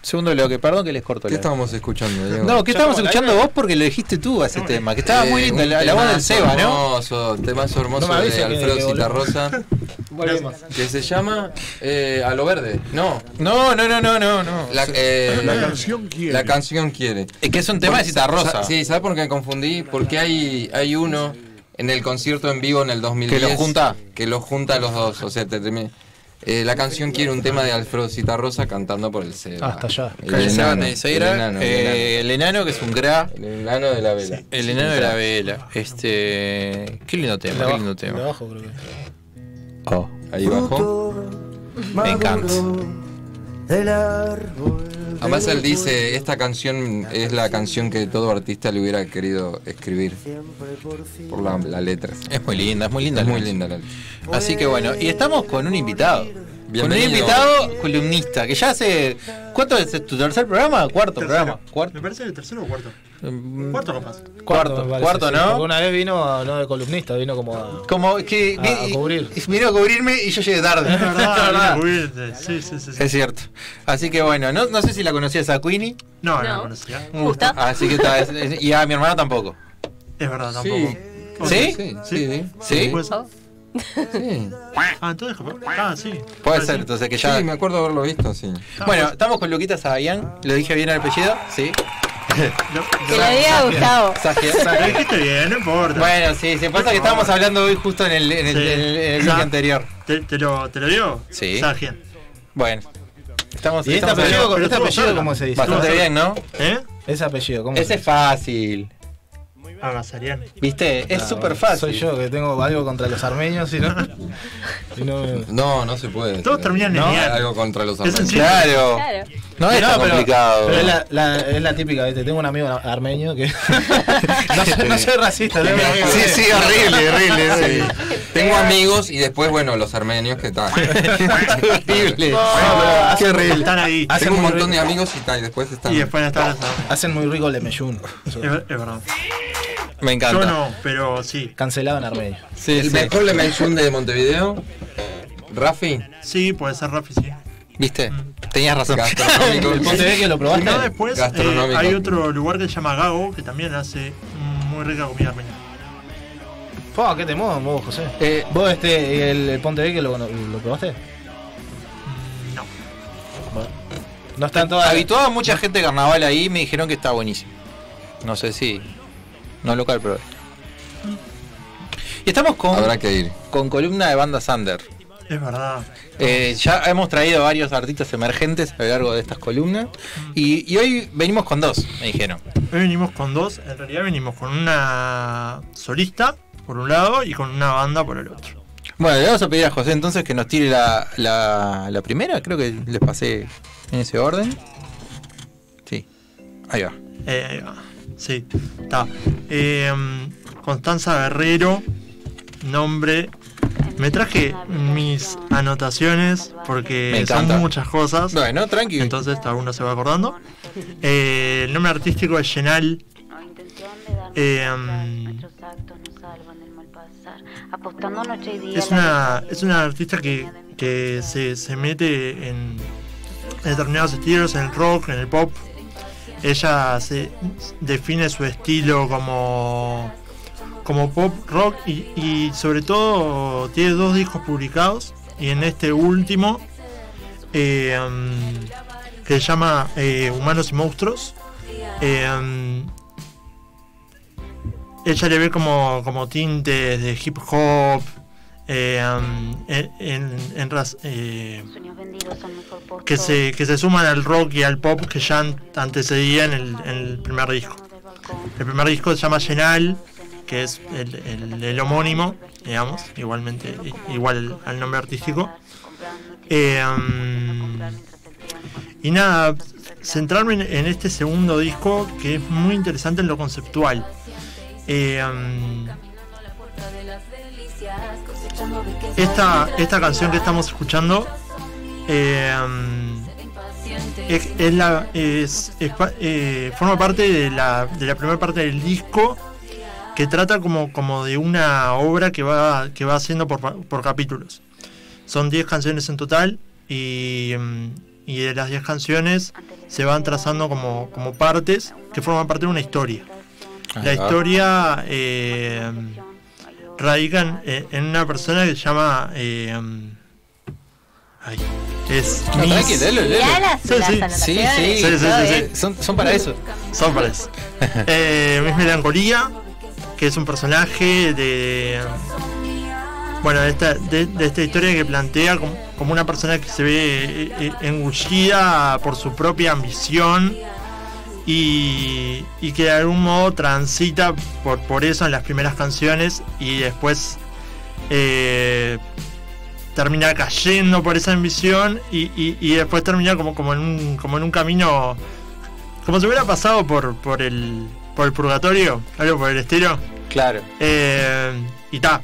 Segundo bloque, perdón que les corto.
¿Qué estábamos escuchando, Diego?
No, que estábamos escuchando vos porque lo dijiste tú a ese tema. Que estaba
Eh,
muy lindo,
un
la, la voz del
temazo
Seba, ¿no?
Hermoso, temazo hermoso
No me avisen
de
que-
Alfredo
que volvemos.
Citarrosa.
Volvemos.
Que se llama eh, A lo Verde. No.
No, no, no, no, no. no.
La, eh,
La canción quiere.
La canción quiere.
Es que es un tema de Citarrosa.
Sa- Sí, ¿sabes por qué me confundí? Porque hay, hay uno en el concierto en vivo en el 2010.
Que los junta.
Que los junta a los dos. O sea, te termi- eh, la canción quiere un tema de Alfredo Citarrosa cantando por el Seba.
Hasta allá.
El
Calle
enano,
Seba Teixeira,
el enano, el
eh, el enano que es un gra.
El enano de la vela.
El enano de la vela. Este. Qué lindo tema, qué lindo tema. Oh,
ahí bajó.
Me encanta.
El árbol.
Además él dice, esta canción es la canción que todo artista le hubiera querido escribir por la, la letra.
Es muy linda, es muy linda.
Es
la
muy
canción.
linda la letra.
Así que bueno, y estamos con un invitado. Con un
Bienvenido.
invitado columnista, que ya hace. ¿Cuánto es tu tercer programa? ¿Cuarto programa? ¿Cuarto?
Me parece el tercero o cuarto.
Mm,
Cuarto capaz.
Cuarto,
me
cuarto,
sí,
¿no? Ah.
porque una vez vino, a- no de columnista, vino como a.
Como que.
A- a cubrir.
Vino a cubrirme y yo llegué tarde.
Es verdad,
La
vino a
Sí, sí, sí.
Es cierto. Así que bueno, no, no sé si la conocías a Queenie.
No, no, la conocía.
Un gusto. Así que está. es- es- Y a mi hermana tampoco.
Es verdad,
Sí.
tampoco. Ok.
¿Sí?
Sí,
Sí.
Sí, pues,
Sí.
puede ser.
Sí.
Ah, entonces capaz. Ah, sí.
Puede ser, entonces que ya.
Sí, me acuerdo haberlo visto, sí.
Bueno, estamos con Luquita Sabian. ¿Lo dije bien el apellido? Sí.
Que lo diga
Sajian.
Gustavo.
Sajian.
Lo dijiste bien, Eh, no importa.
Bueno, sí, se pasa que estábamos hablando hoy justo en el, en el,
Sí.
en el- en el bloque
Sa-
anterior.
¿Te, te lo, ¿Te lo digo?
Sí.
Sargent.
Bueno. Estamos,
¿Y este
estamos
apellido,
hablando-
este apellido cómo se dice?
Bastante bien, ¿no?
¿Eh?
Ese apellido, ¿cómo
Ese
se
es fácil.
Ah, Gazarian.
¿Viste? Es
Ah,
súper fácil.
Soy yo que tengo algo contra los armenios, ¿sí, no? Si no, me-
No, no se puede.
Todos terminan en
No,
Ian.
Algo contra los
Es
armenios.
sencillo.
Claro.
Claro.
No es tan
pero-
complicado.
Pero es la, la- es la típica, ¿viste? Tengo un amigo ar- armenio que. no, soy, no soy racista, tengo un amigo
Sí,
que-
sí, horrible, horrible. horrible.
Tengo amigos y después, bueno, los armenios que tal.
horrible.
Qué horrible. Están ahí.
Hacen
Tengo un
muy
montón de
rico-
amigos y tal, y después están.
Y después ya está lanzado.
Hacen muy rico el emeyún.
Es, ver- es verdad.
Me
Yo
encanta.
no, pero sí.
Cancelado en armenio.
Sí,
El
sí.
mejor Le Menchun de Montevideo, Rafi,
Sí, puede ser Rafi, sí.
¿Viste?
Mm.
Tenías razón.
gastronómico.
¿Vos te ves que lo
Y
probaste?
no, después eh,
Gastronómico.
hay otro lugar que se llama Gago, que también hace mm, muy rica comida armenia.
Fua, qué temón vos, José.
Eh,
¿Vos este, el, el Ponte que lo, lo probaste?
No.
Bueno. No están todas.
Habituaba mucha gente de carnaval ahí y me dijeron que está buenísimo. No sé si. No local, pero.
Mm.
Y estamos con,
habrá que ir.
con columna de banda Sander.
Es verdad.
Eh, ya hemos traído varios artistas emergentes a lo largo de estas columnas. Y, y hoy venimos con dos, me dijeron.
Hoy venimos con dos, en realidad venimos con una solista por un lado y con una banda por el otro.
Bueno, le vamos a pedir a José entonces que nos tire la, la, la primera. Creo que les pasé en ese orden. Sí. Ahí va.
Eh, ahí va. sí, está. Eh, Constanza Guerrero, nombre. Me traje mis anotaciones
Me
porque Eh, son
encanta.
muchas cosas.
Bueno, tranqui.
Entonces cada uno se va acordando. Eh, el nombre artístico es Yenal. Eh, es una, es una artista que, que se, se mete en determinados estilos, en el rock, en el pop. Ella se define su estilo como, como pop rock y, y sobre todo tiene dos discos publicados y en este último eh, mm, que se llama eh, Humanos y Monstruos. eh, mm, ella le ve como, como tintes de hip hop, eh, um, en, en- en raz- eh, que, se, que se suman al rock y al pop que ya an- antecedía en el, en el primer disco. El primer disco se llama Llenal, que es el, el- el homónimo, digamos, igualmente i- igual al nombre artístico. Eh, um, y nada, centrarme en, en este segundo disco que es muy interesante en lo conceptual. Eh, um, esta, esta canción que estamos escuchando eh, um, es, es la, es- es pa- eh, forma parte de la, de la primera parte del disco que trata como, como de una obra que va, que va haciendo por, pa- por capítulos. Son 10 canciones en total y, mm, y de las 10 canciones se van trazando como, como partes que forman parte de una historia.
Ah.
La
Ajá.
historia eh, radica en, eh, en una persona que se llama... eh, ay, es
No,
Miss-
tranqui, léelo, léelo. Mirá las-
Sí,
las
sí.
anotaciones. Sí, sí, todo, ¿eh? Son- son para eso.
Son para eso. Eh, Miss Melancolía, que es un personaje de. Bueno, de esta, de, de esta historia que plantea como, como una persona que se ve eh, eh, engullida por su propia ambición y, y que de algún modo transita por, por eso en las primeras canciones y después eh, termina cayendo por esa ambición y, y- y después termina como, como, en un, como en un camino, como si hubiera pasado por, por, el, por el purgatorio, algo por el estilo.
Claro.
Eh, y ta,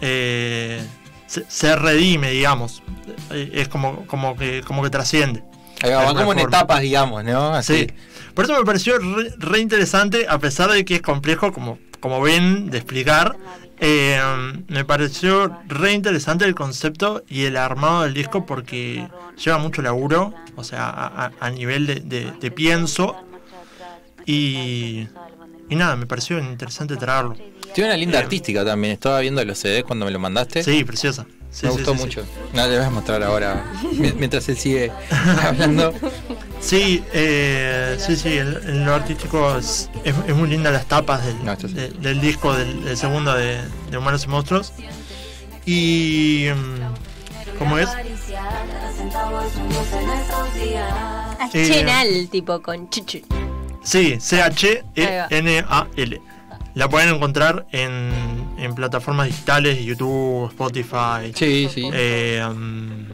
eh, se, se redime, digamos. Eh, Es como, como, que, como que trasciende.
Ahí va,
De
van
alguna
como en
forma.
etapas, digamos, ¿no? Así.
Sí. Por eso me pareció re, re interesante, a pesar de que es complejo, como, como ven, de explicar. eh, me pareció re interesante el concepto y el armado del disco porque lleva mucho laburo, o sea, a, a- a nivel de, de- de pienso. Y, y nada, me pareció interesante traerlo.
Tiene una linda artística también. Estaba viendo los CDs cuando me lo mandaste.
Sí, preciosa. Sí,
me
sí,
gustó
sí, sí.
mucho. No, le voy a mostrar ahora. mien- Mientras él sigue hablando.
Sí, eh, sí, sí, en, en lo artístico es, es- es muy linda las tapas del, de- del disco del, del segundo de, de Humanos y Monstruos. Y. mm, ¿Cómo es? Eh,
Chenal, tipo con chuchu.
Sí,
Ahí va.
eh. C-H-E-N-A-L. La pueden encontrar en, en plataformas digitales, YouTube, Spotify.
Sí, sí.
eh, mm,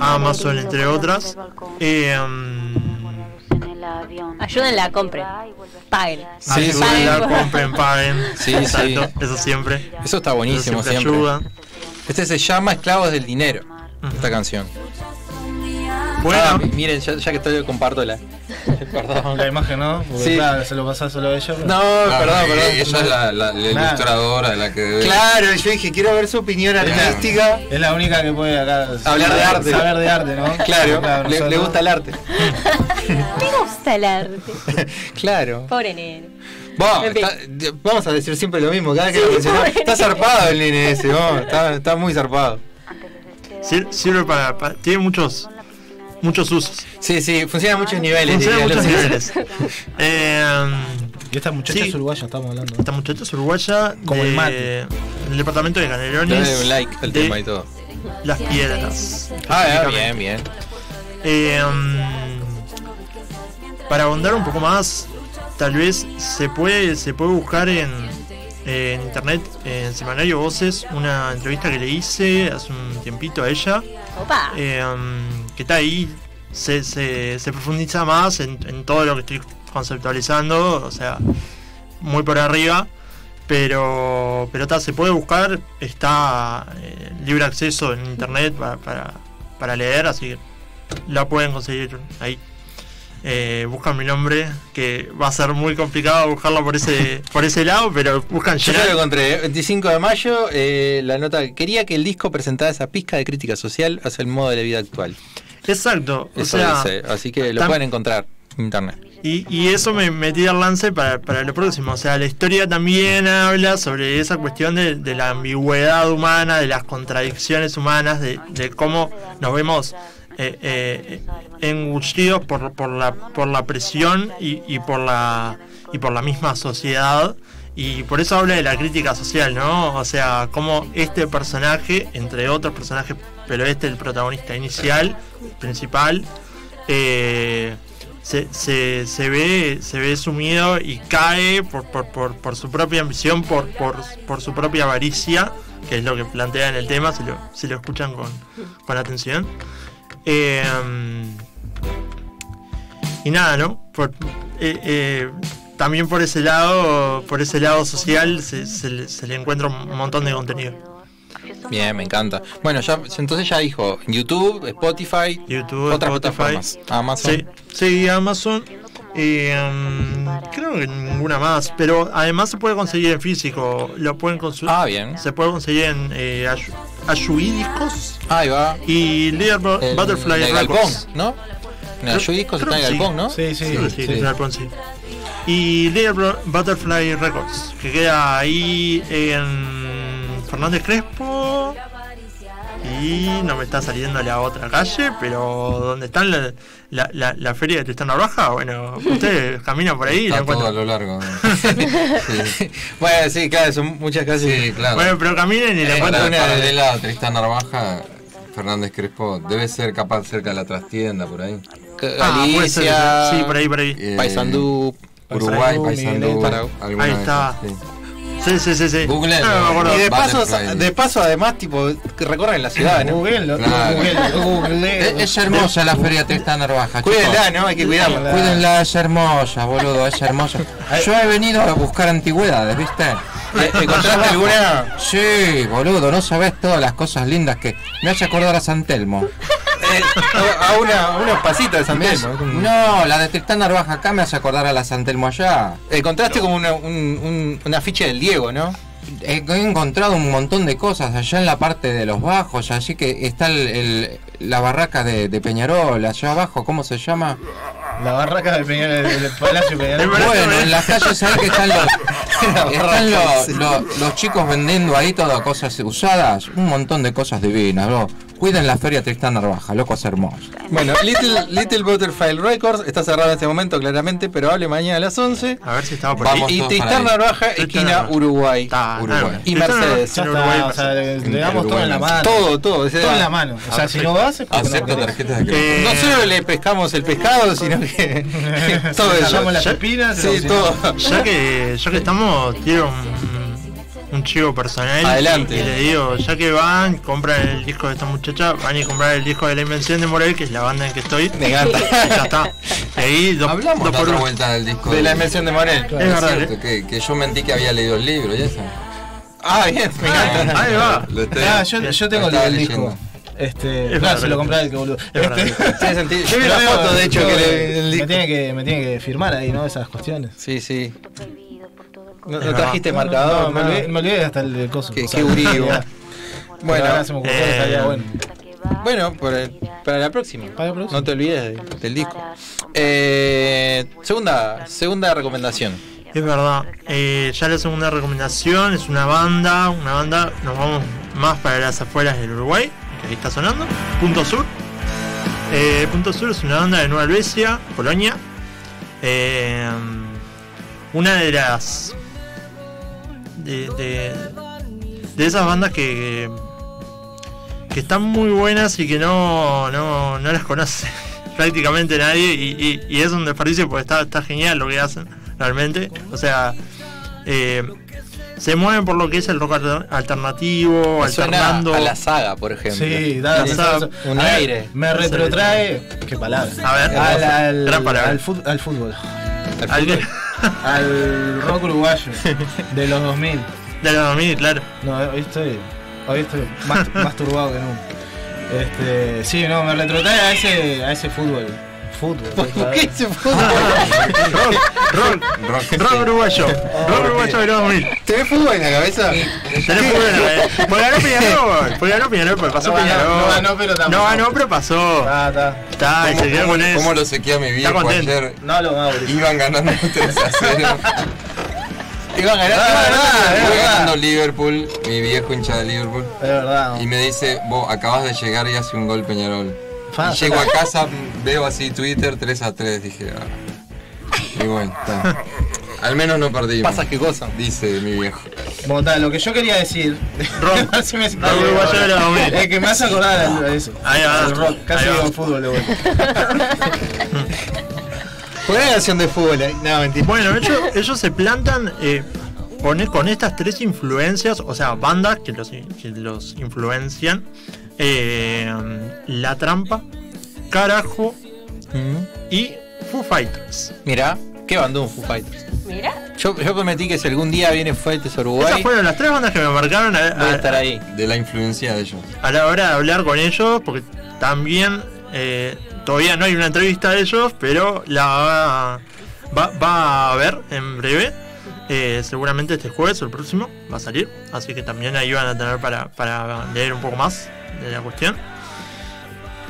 Amazon, entre otras. Eh, mm,
Ayúdenla, compren. Paguen.
Sí,
Paguen por-
compren, paguen.
Sí,
Exacto,
sí.
Eso siempre.
Eso está buenísimo
Eso siempre
siempre.
ayuda.
Este se llama Esclavos del Dinero. Esta canción.
Bueno.
Ah, mi- miren, ya, ya que estoy, comparto
Ah,
la. Perdón.
La imagen, ¿no? Porque,
Sí.
claro, se lo pasás solo a ella. pero-
No,
Ah,
perdón,
eh,
perdón.
Ella es la, la- la
Nada.
ilustradora, la que debe.
Claro, yo dije, quiero ver su opinión artística.
Es la única que puede acá
Hablar de arte.
Saber de arte, ¿no?
Claro, le- le
nosotros-
gusta el arte.
Me gusta el arte.
Claro.
Pobre nene.
Vos, está- de- vamos a decir siempre lo mismo, cada vez que
Sí,
lo mencionamos.
pobre
Está
nene.
zarpado el nene ese, vos, está, está muy zarpado.
Sir- Sirve para, para- Tiene muchos. Muchos usos.
Sí, sí, funciona a muchos niveles.
Funciona a
dirían
muchos
los
niveles. Eh,
Y esta muchacha
Sí.
es uruguaya, estamos hablando.
esta muchacha es uruguaya.
Como el
de-
mate.
Del departamento de Canelones.
Dale un like al
de Ah,
tema y todo.
Las piedras.
Ah, ah,
específicamente.
bien, bien.
Eh, mm, para ahondar un poco más, tal vez se puede, se puede buscar en, en internet, eh, en Semanario Voces, una entrevista que le hice hace un tiempito a ella.
Opa.
Eh, mm, que está ahí, se, se- se profundiza más en, en todo lo que estoy conceptualizando, o sea, muy por arriba. Pero, pero está, se puede buscar, está eh, libre acceso en internet para, para, para leer, así que la pueden conseguir ahí. Eh, buscan mi nombre, que va a ser muy complicado buscarlo por ese, por ese lado, pero buscan
Yo ya
Gerard.
lo
¿eh?
encontré, 25 de mayo, eh, la nota. Quería que el disco presentara esa pizca de crítica social hacia el modo de la vida actual.
Exacto, o
Eso
sea,
dice, así que lo
tam-
pueden encontrar en internet.
Y, y eso me metí al lance para, para lo próximo. O sea, la historia también habla sobre esa cuestión de, de la ambigüedad humana, de las contradicciones humanas, de, de cómo nos vemos eh, eh, engullidos por, por, la, por la presión y, y, por la, y por la misma sociedad. Y por eso habla de la crítica social, ¿no? O sea, cómo este personaje, entre otros personajes, pero este el protagonista inicial, principal, eh, se, se, se ve se ve sumido y cae por, por, por, por su propia ambición, por, por, por su propia avaricia, que es lo que plantea en el tema, si lo, si lo escuchan con, con atención. Eh, Y nada, ¿no? Por- eh, eh, también por ese lado, por ese lado social, se, se le- se le encuentra un montón de contenido.
Bien, me encanta. Bueno, ya, entonces ya dijo YouTube, Spotify, otras plataformas. Amazon.
Sí, sí, Amazon. Y, em, creo que ninguna más. Pero además se puede conseguir en físico. Lo pueden conseguir.
Ah, bien.
Se puede conseguir en eh, Ayu- Ayuidicos.
Ahí va.
Y Leader Bu-
El-
Butterfly
el
Records.
Galpón, ¿no? En
Creo-
Ayuidicos
creo
está en
que sí.
Galpón, ¿no?
Sí, sí,
Sí,
sí,
sí.
en Galpón, sí. Y Leader Bu- Butterfly Records, que queda ahí en Fernández Crespo. Y no me está saliendo la otra calle, pero donde están la, la, la, la feria de Tristana Baja, bueno, ustedes caminan por ahí y la
Está todo a
encuentran.
lo largo.
Bueno, sí, claro, son muchas calles. Sí,
claro.
Bueno, pero caminen y la
Eh,
encuentran.
para-
una-
paralela a Tristán Narvaja, Fernández Crespo, debe ser capaz cerca de la trastienda, por ahí. eh,
Ah, puede ser, Galicia, sí, por ahí, por ahí. Paysandú,
Uruguay,
Paysandú,
Paysandú,
Miguel, Paraguay.
alguna
Ahí
de
está. Eh,
esas, sí. eh,
Sí, sí, sí, sí.
Google.
No, no me acuerdo.
y de paso,
Butterfly.
de paso, además, tipo, que recorren la ciudad, ¿no? Eh,
Claro. Es, Eh, es hermosa la feria Tristán Narvaja. chicos.
Cuídenla, ¿no? Hay que cuidarla.
Cuídenla, es hermosa, boludo, es hermosa. Yo he venido a buscar antigüedades, ¿viste?
Eh, ¿Encontraste alguna?
Sí, boludo, no sabes todas las cosas lindas que me hace acordar a San Telmo.
A a una, a unos pasitos de San
Me
Telmo.
hace- No, la de Tristán Narvaja acá me hace acordar a la San Telmo allá.
Eh, Encontraste como una, un, un, un afiche del Diego, ¿no?
He he encontrado un montón de cosas allá en la parte de los bajos, así que está el- el- la barraca de, de Peñarol, allá abajo, ¿cómo se llama?
La barraca de Peñarol, del Palacio Peñarol.
Bueno, en las calles sabes que están los, están los, los- los chicos vendiendo ahí todas cosas usadas, un montón de cosas divinas, bro. Cuiden la feria Tristán Narvaja, loco es hermoso.
Bueno, Little, Little Butterfly Records está cerrado en este momento, claramente, pero hable mañana a las 11.
A ver si estaba
por ahí.
Y,
Vamos todos para
Tristán
ahí.
Narvaja, esquina Uruguay.
Uruguay.
Y Mercedes.
Ya está, o sea, le, le damos todo en la mano.
Todo, todo. o sea,
Todo en la mano. O sea, si no vas, es porque no
Acepto
querés.
tarjetas de crédito.
Eh, no solo le pescamos el pescado, sino que todo
Le
eso.
sacamos las
Ya-
espinas,
Sí,
se lo
todo.
Ya que, ya que estamos, quiero un, un chivo personal.
Adelante.
Y, le digo, ya que van, compran el disco de esta muchacha, van y comprar el disco de La Invención de Morel, que es la banda en que estoy.
Me encanta.
ya está. Y ahí, dos,
Hablamos
dos
la
por
otra
uno.
vuelta del disco.
De la invención de Morel.
Claro,
Es
es ¿eh?
verdad,
cierto, que, que yo mentí que había leído el libro y eso.
Ah, bien, me encanta.
Ahí va.
Lo estoy-
Ah, yo, yo tengo
lo
el,
estaba
el
leyendo.
disco. Este,
Es
claro,
verdad,
se lo
pero-
compré al que boludo.
es verdad.
Este-
Tiene sentido. Yo vi la
Lo
foto,
veo,
de hecho,
yo-
que le- el
me
disco.
tiene que me tiene que firmar ahí, ¿no? Esas cuestiones.
Sí, sí. No,
Es
no trajiste
verdad.
marcador,
No,
no,
me, olvidé, me olvidé hasta el coso.
Qué,
O sea, eh,
qué uribo.
ya.
Bueno,
ahora se me ocurrió que estaría bueno.
Bueno, para, para la próxima. No te olvides de- del disco. Eh, segunda, segunda recomendación.
Es verdad. Eh, ya la segunda recomendación es una banda, una banda, nos vamos más para las afueras del Uruguay, que ahí está sonando, Punto Sur. Eh, Punto Sur es una banda de Nueva Helvecia, Polonia. Eh, una de las... De, de- de esas bandas que... que están muy buenas y que no, no, no las conoce prácticamente nadie y, y- y es un desperdicio porque está, está genial lo que hacen realmente. O sea, eh, se mueven por lo que es el rock alter- alternativo,
Me suena
alternando...
a la saga, por ejemplo.
Sí, da,
Lanzá
da- da-
un
a ver,
aire.
Me retrotrae. Qué palabra.
A ver,
al, al,
gran palabra.
al fut- al fútbol.
Al-
Al rock uruguayo. De los 2000.
De los 2000, claro.
No, hoy estoy, hoy estoy más, más turbado que nunca. Este, sí, no, me retrotrae a ese, a ese fútbol. Fútbol.
¿Por qué se fue?
Rock uruguayo. Rock uruguayo de los 2000.
¿Tenés fútbol en la cabeza?
Tenés fútbol en la cabeza. Porque ganó Peñarol. Porque ganó Peñarol, porque pasó
No ganó,
Peñarol.
no ganó, pero tampoco.
No ganó, pero pasó.
Ah, está.
Está, y se quedó con eso.
¿Cómo lo sequía mi
Está
viejo
contento.
ayer?
No lo hago.
Iban ganando 3 a Ah, 0.
Iban ganando, iban ganando, iban
Iba ganando
ganando.
Liverpool, mi viejo hincha de Liverpool.
Es verdad.
Y me dice, vos acabas de llegar y hace un gol Peñarol.
Fa-
Y llego a casa, veo así Twitter 3 a 3, dije. "Ah". Y bueno, está. Al menos no perdimos.
¿Pasa qué cosa?
Dice mi viejo.
Bueno, está, lo que yo quería decir. a ver si me-
Rock uruguayo de los 2000.
Es que me hace acordar a- a eso.
Ahí va.
Al rock, casi
Ahí va.
digo fútbol de vuelta.
¿Por qué canción de fútbol? eh? No, mentira.
Bueno, ellos, ellos se plantan eh, con, con estas tres influencias, o sea, bandas que los, que los influencian.
Mm.
eh, la trampa, carajo y Foo Fighters.
Mirá, qué bandón Foo Fighters.
Mira.
Yo, yo prometí que si algún día viene Foo Fighters a Uruguay.
Esas fueron las tres bandas que me marcaron a,
Voy a estar ahí.
De la influencia de ellos.
a la hora de hablar con ellos, porque también eh, todavía no hay una entrevista de ellos, pero la va, va, va a haber en breve. Eh, seguramente este jueves o el próximo va a salir, así que también ahí van a tener para, para leer un poco más de la cuestión.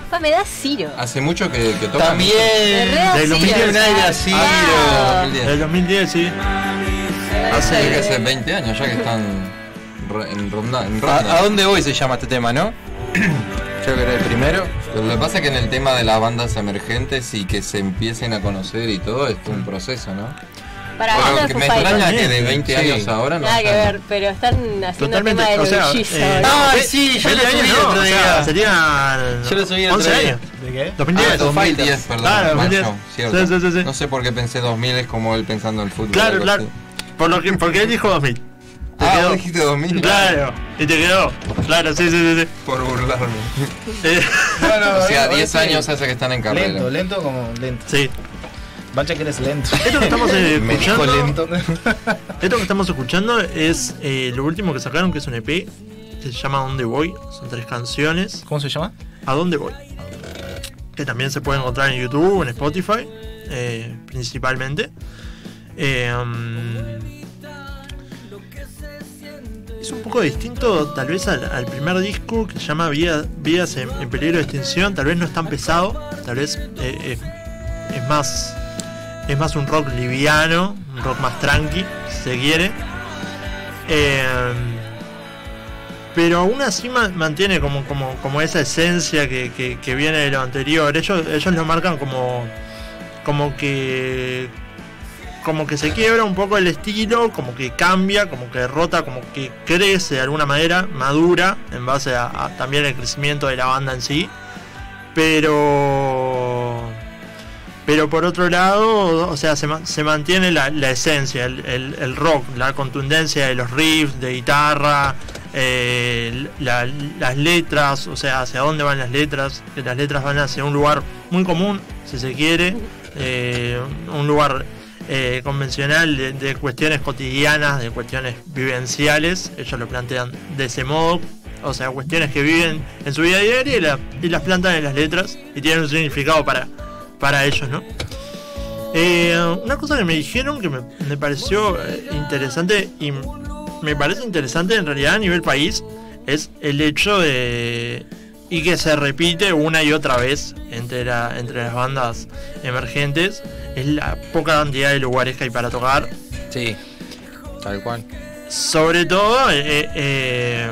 Papá, me da Ciro.
Hace mucho que, que tocan. Ah,
Me re da
Del 2010
Ciro.
Ah,
nadie así.
Wow.
Del 2010, sí.
Hace, que hace 20 años ya que están ro- en ronda. En
¿A,
ronda.
a dónde voy se llama este tema, no?
Yo creo el primero. Lo que pasa es que en el tema de las bandas emergentes y que se empiecen a conocer y todo, es un proceso, ¿no?
Para
Bueno,
bandas
que
Foo
me
Fighters.
extraña que de 20
Sí.
años ahora no.
Nada que
hayan-
ver, pero están haciendo
Totalmente,
tema del
o sea,
bullizo.
eh,
¿no?
Ah,
Ay, sí, yo lo subí el otro día. serían
Yo lo subí el otro
11
día.
años.
¿De qué?
2010.
Ah, 2010, perdón.
Claro, 2010.
mayo, cierto.
Sí, sí, sí, sí.
No sé por qué pensé 2000 es como él pensando en el fútbol.
Claro,
algo
claro.
así.
Por lo que, porque él dijo 2000. Te
Ah, vos dijiste 2000.
Claro, y te quedó. Claro, sí, sí, sí. sí.
Por burlarme.
Eh,
o sea,
bueno,
10
sí.
años hace que están en carrera.
Lento, lento como lento.
sí.
Bacha que eres lento.
Esto que estamos eh,
Me dijo
escuchando.
lento.
Esto que estamos escuchando es eh, lo último que sacaron, que es un EP. Que se llama ¿A dónde voy? Son tres canciones.
¿Cómo se llama?
¿A dónde voy? Que también se puede encontrar en YouTube, Uh, en Spotify, eh, principalmente. Eh, mm, es un poco distinto tal vez al, al primer disco que se llama Vida- Vidas en, en peligro de extinción. Tal vez no es tan pesado, tal vez eh, eh, es más es más un rock liviano, un rock más tranqui, si se quiere. Eh, pero aún así ma- mantiene como, como, como esa esencia que, que- que viene de lo anterior. Ellos, ellos lo marcan como, como que como que se quiebra un poco el estilo, como que cambia, como que rota, como que crece de alguna manera, madura, en base a, a también el crecimiento de la banda en sí. Pero. Pero por otro lado, o sea, se, ma- se mantiene la, la esencia, el, el- el rock, la contundencia de los riffs, de guitarra, eh, la- las letras, o sea, hacia dónde van las letras, que las letras van hacia un lugar muy común, si se quiere, eh, un lugar eh, convencional de, de cuestiones cotidianas, de cuestiones vivenciales, ellos lo plantean de ese modo, o sea, cuestiones que viven en su vida diaria y, la- y las plantan en las letras y tienen un significado para, para ellos, ¿no? Eh, una cosa que me dijeron que me, me pareció eh, interesante y m- me parece interesante en realidad a nivel país es el hecho de y que se repite una y otra vez entre, la- entre las bandas emergentes es la poca cantidad de lugares que hay para tocar
Sí, tal cual.
sobre todo eh, eh,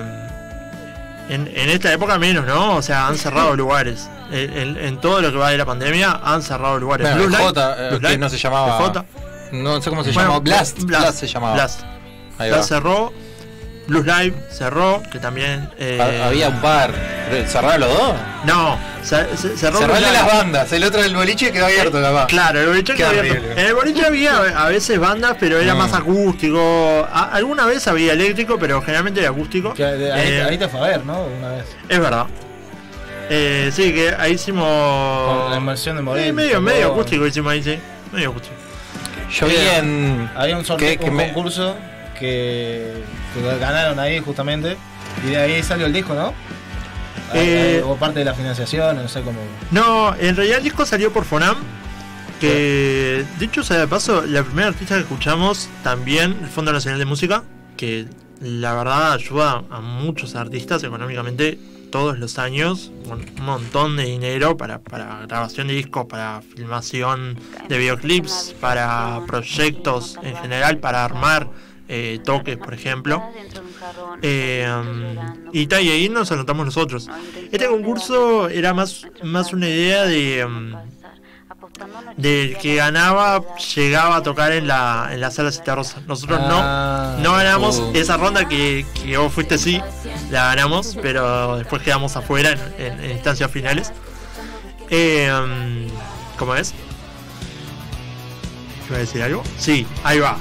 en, en esta época menos, ¿no? O sea, han cerrado lugares. En, en- en todo lo que va de la pandemia han cerrado lugares.
Bueno,
Blue Light,
J, eh,
Blue
que
Light,
no se llamaba-
J.
No sé cómo se
Bueno,
llamaba. Blast, Blast. se llamaba.
Blast.
Ahí
Blast
va.
cerró. Blues Live cerró, que también... eh,
Ha- Había un par. ¿Cerraron los dos?
No, cer- cer- cerró
Cerró el
Blues
de las
Live.
bandas. El otro del boliche quedó abierto, capaz.
Claro, el boliche
Qué
quedó abierto.
horrible.
En el boliche había a veces bandas, pero era
Mm.
más acústico. A- alguna vez había eléctrico, pero generalmente era acústico.
Ahí,
Eh,
ahí te fue a ver, ¿no? Una vez.
Es verdad. Eh, sí, que ahí
Con la
hicimos.
inmersión de Morel.
Eh, medio, medio acústico hicimos ahí, sí. Medio acústico.
Yo vi en.
Había un sorteo,
que- que
un
me-
concurso que, que ganaron ahí justamente. Y de ahí salió el disco, ¿no? Ahí-
Eh,
ahí hubo parte de la financiación, no sé cómo.
No, en realidad el disco salió por Fonam. Que dicho sea de paso, la primera artista que escuchamos también, el Fondo Nacional de Música, que la verdad ayuda a muchos artistas económicamente todos los años, con un montón de dinero para, para grabación de discos, para filmación de videoclips, para proyectos en general, para armar eh, toques, por ejemplo. Eh, um, y ta, y ahí nos anotamos nosotros. Este concurso era más, más una idea de um, del que ganaba llegaba a tocar en la, en la sala Cita Rosa. Nosotros
Ah.
no, no ganamos
Oh.
esa ronda que, que vos fuiste sí, la ganamos, pero después quedamos afuera en, en- en instancias finales. Eh, um, ¿Cómo es? ¿Iba a decir algo? Sí, ahí va.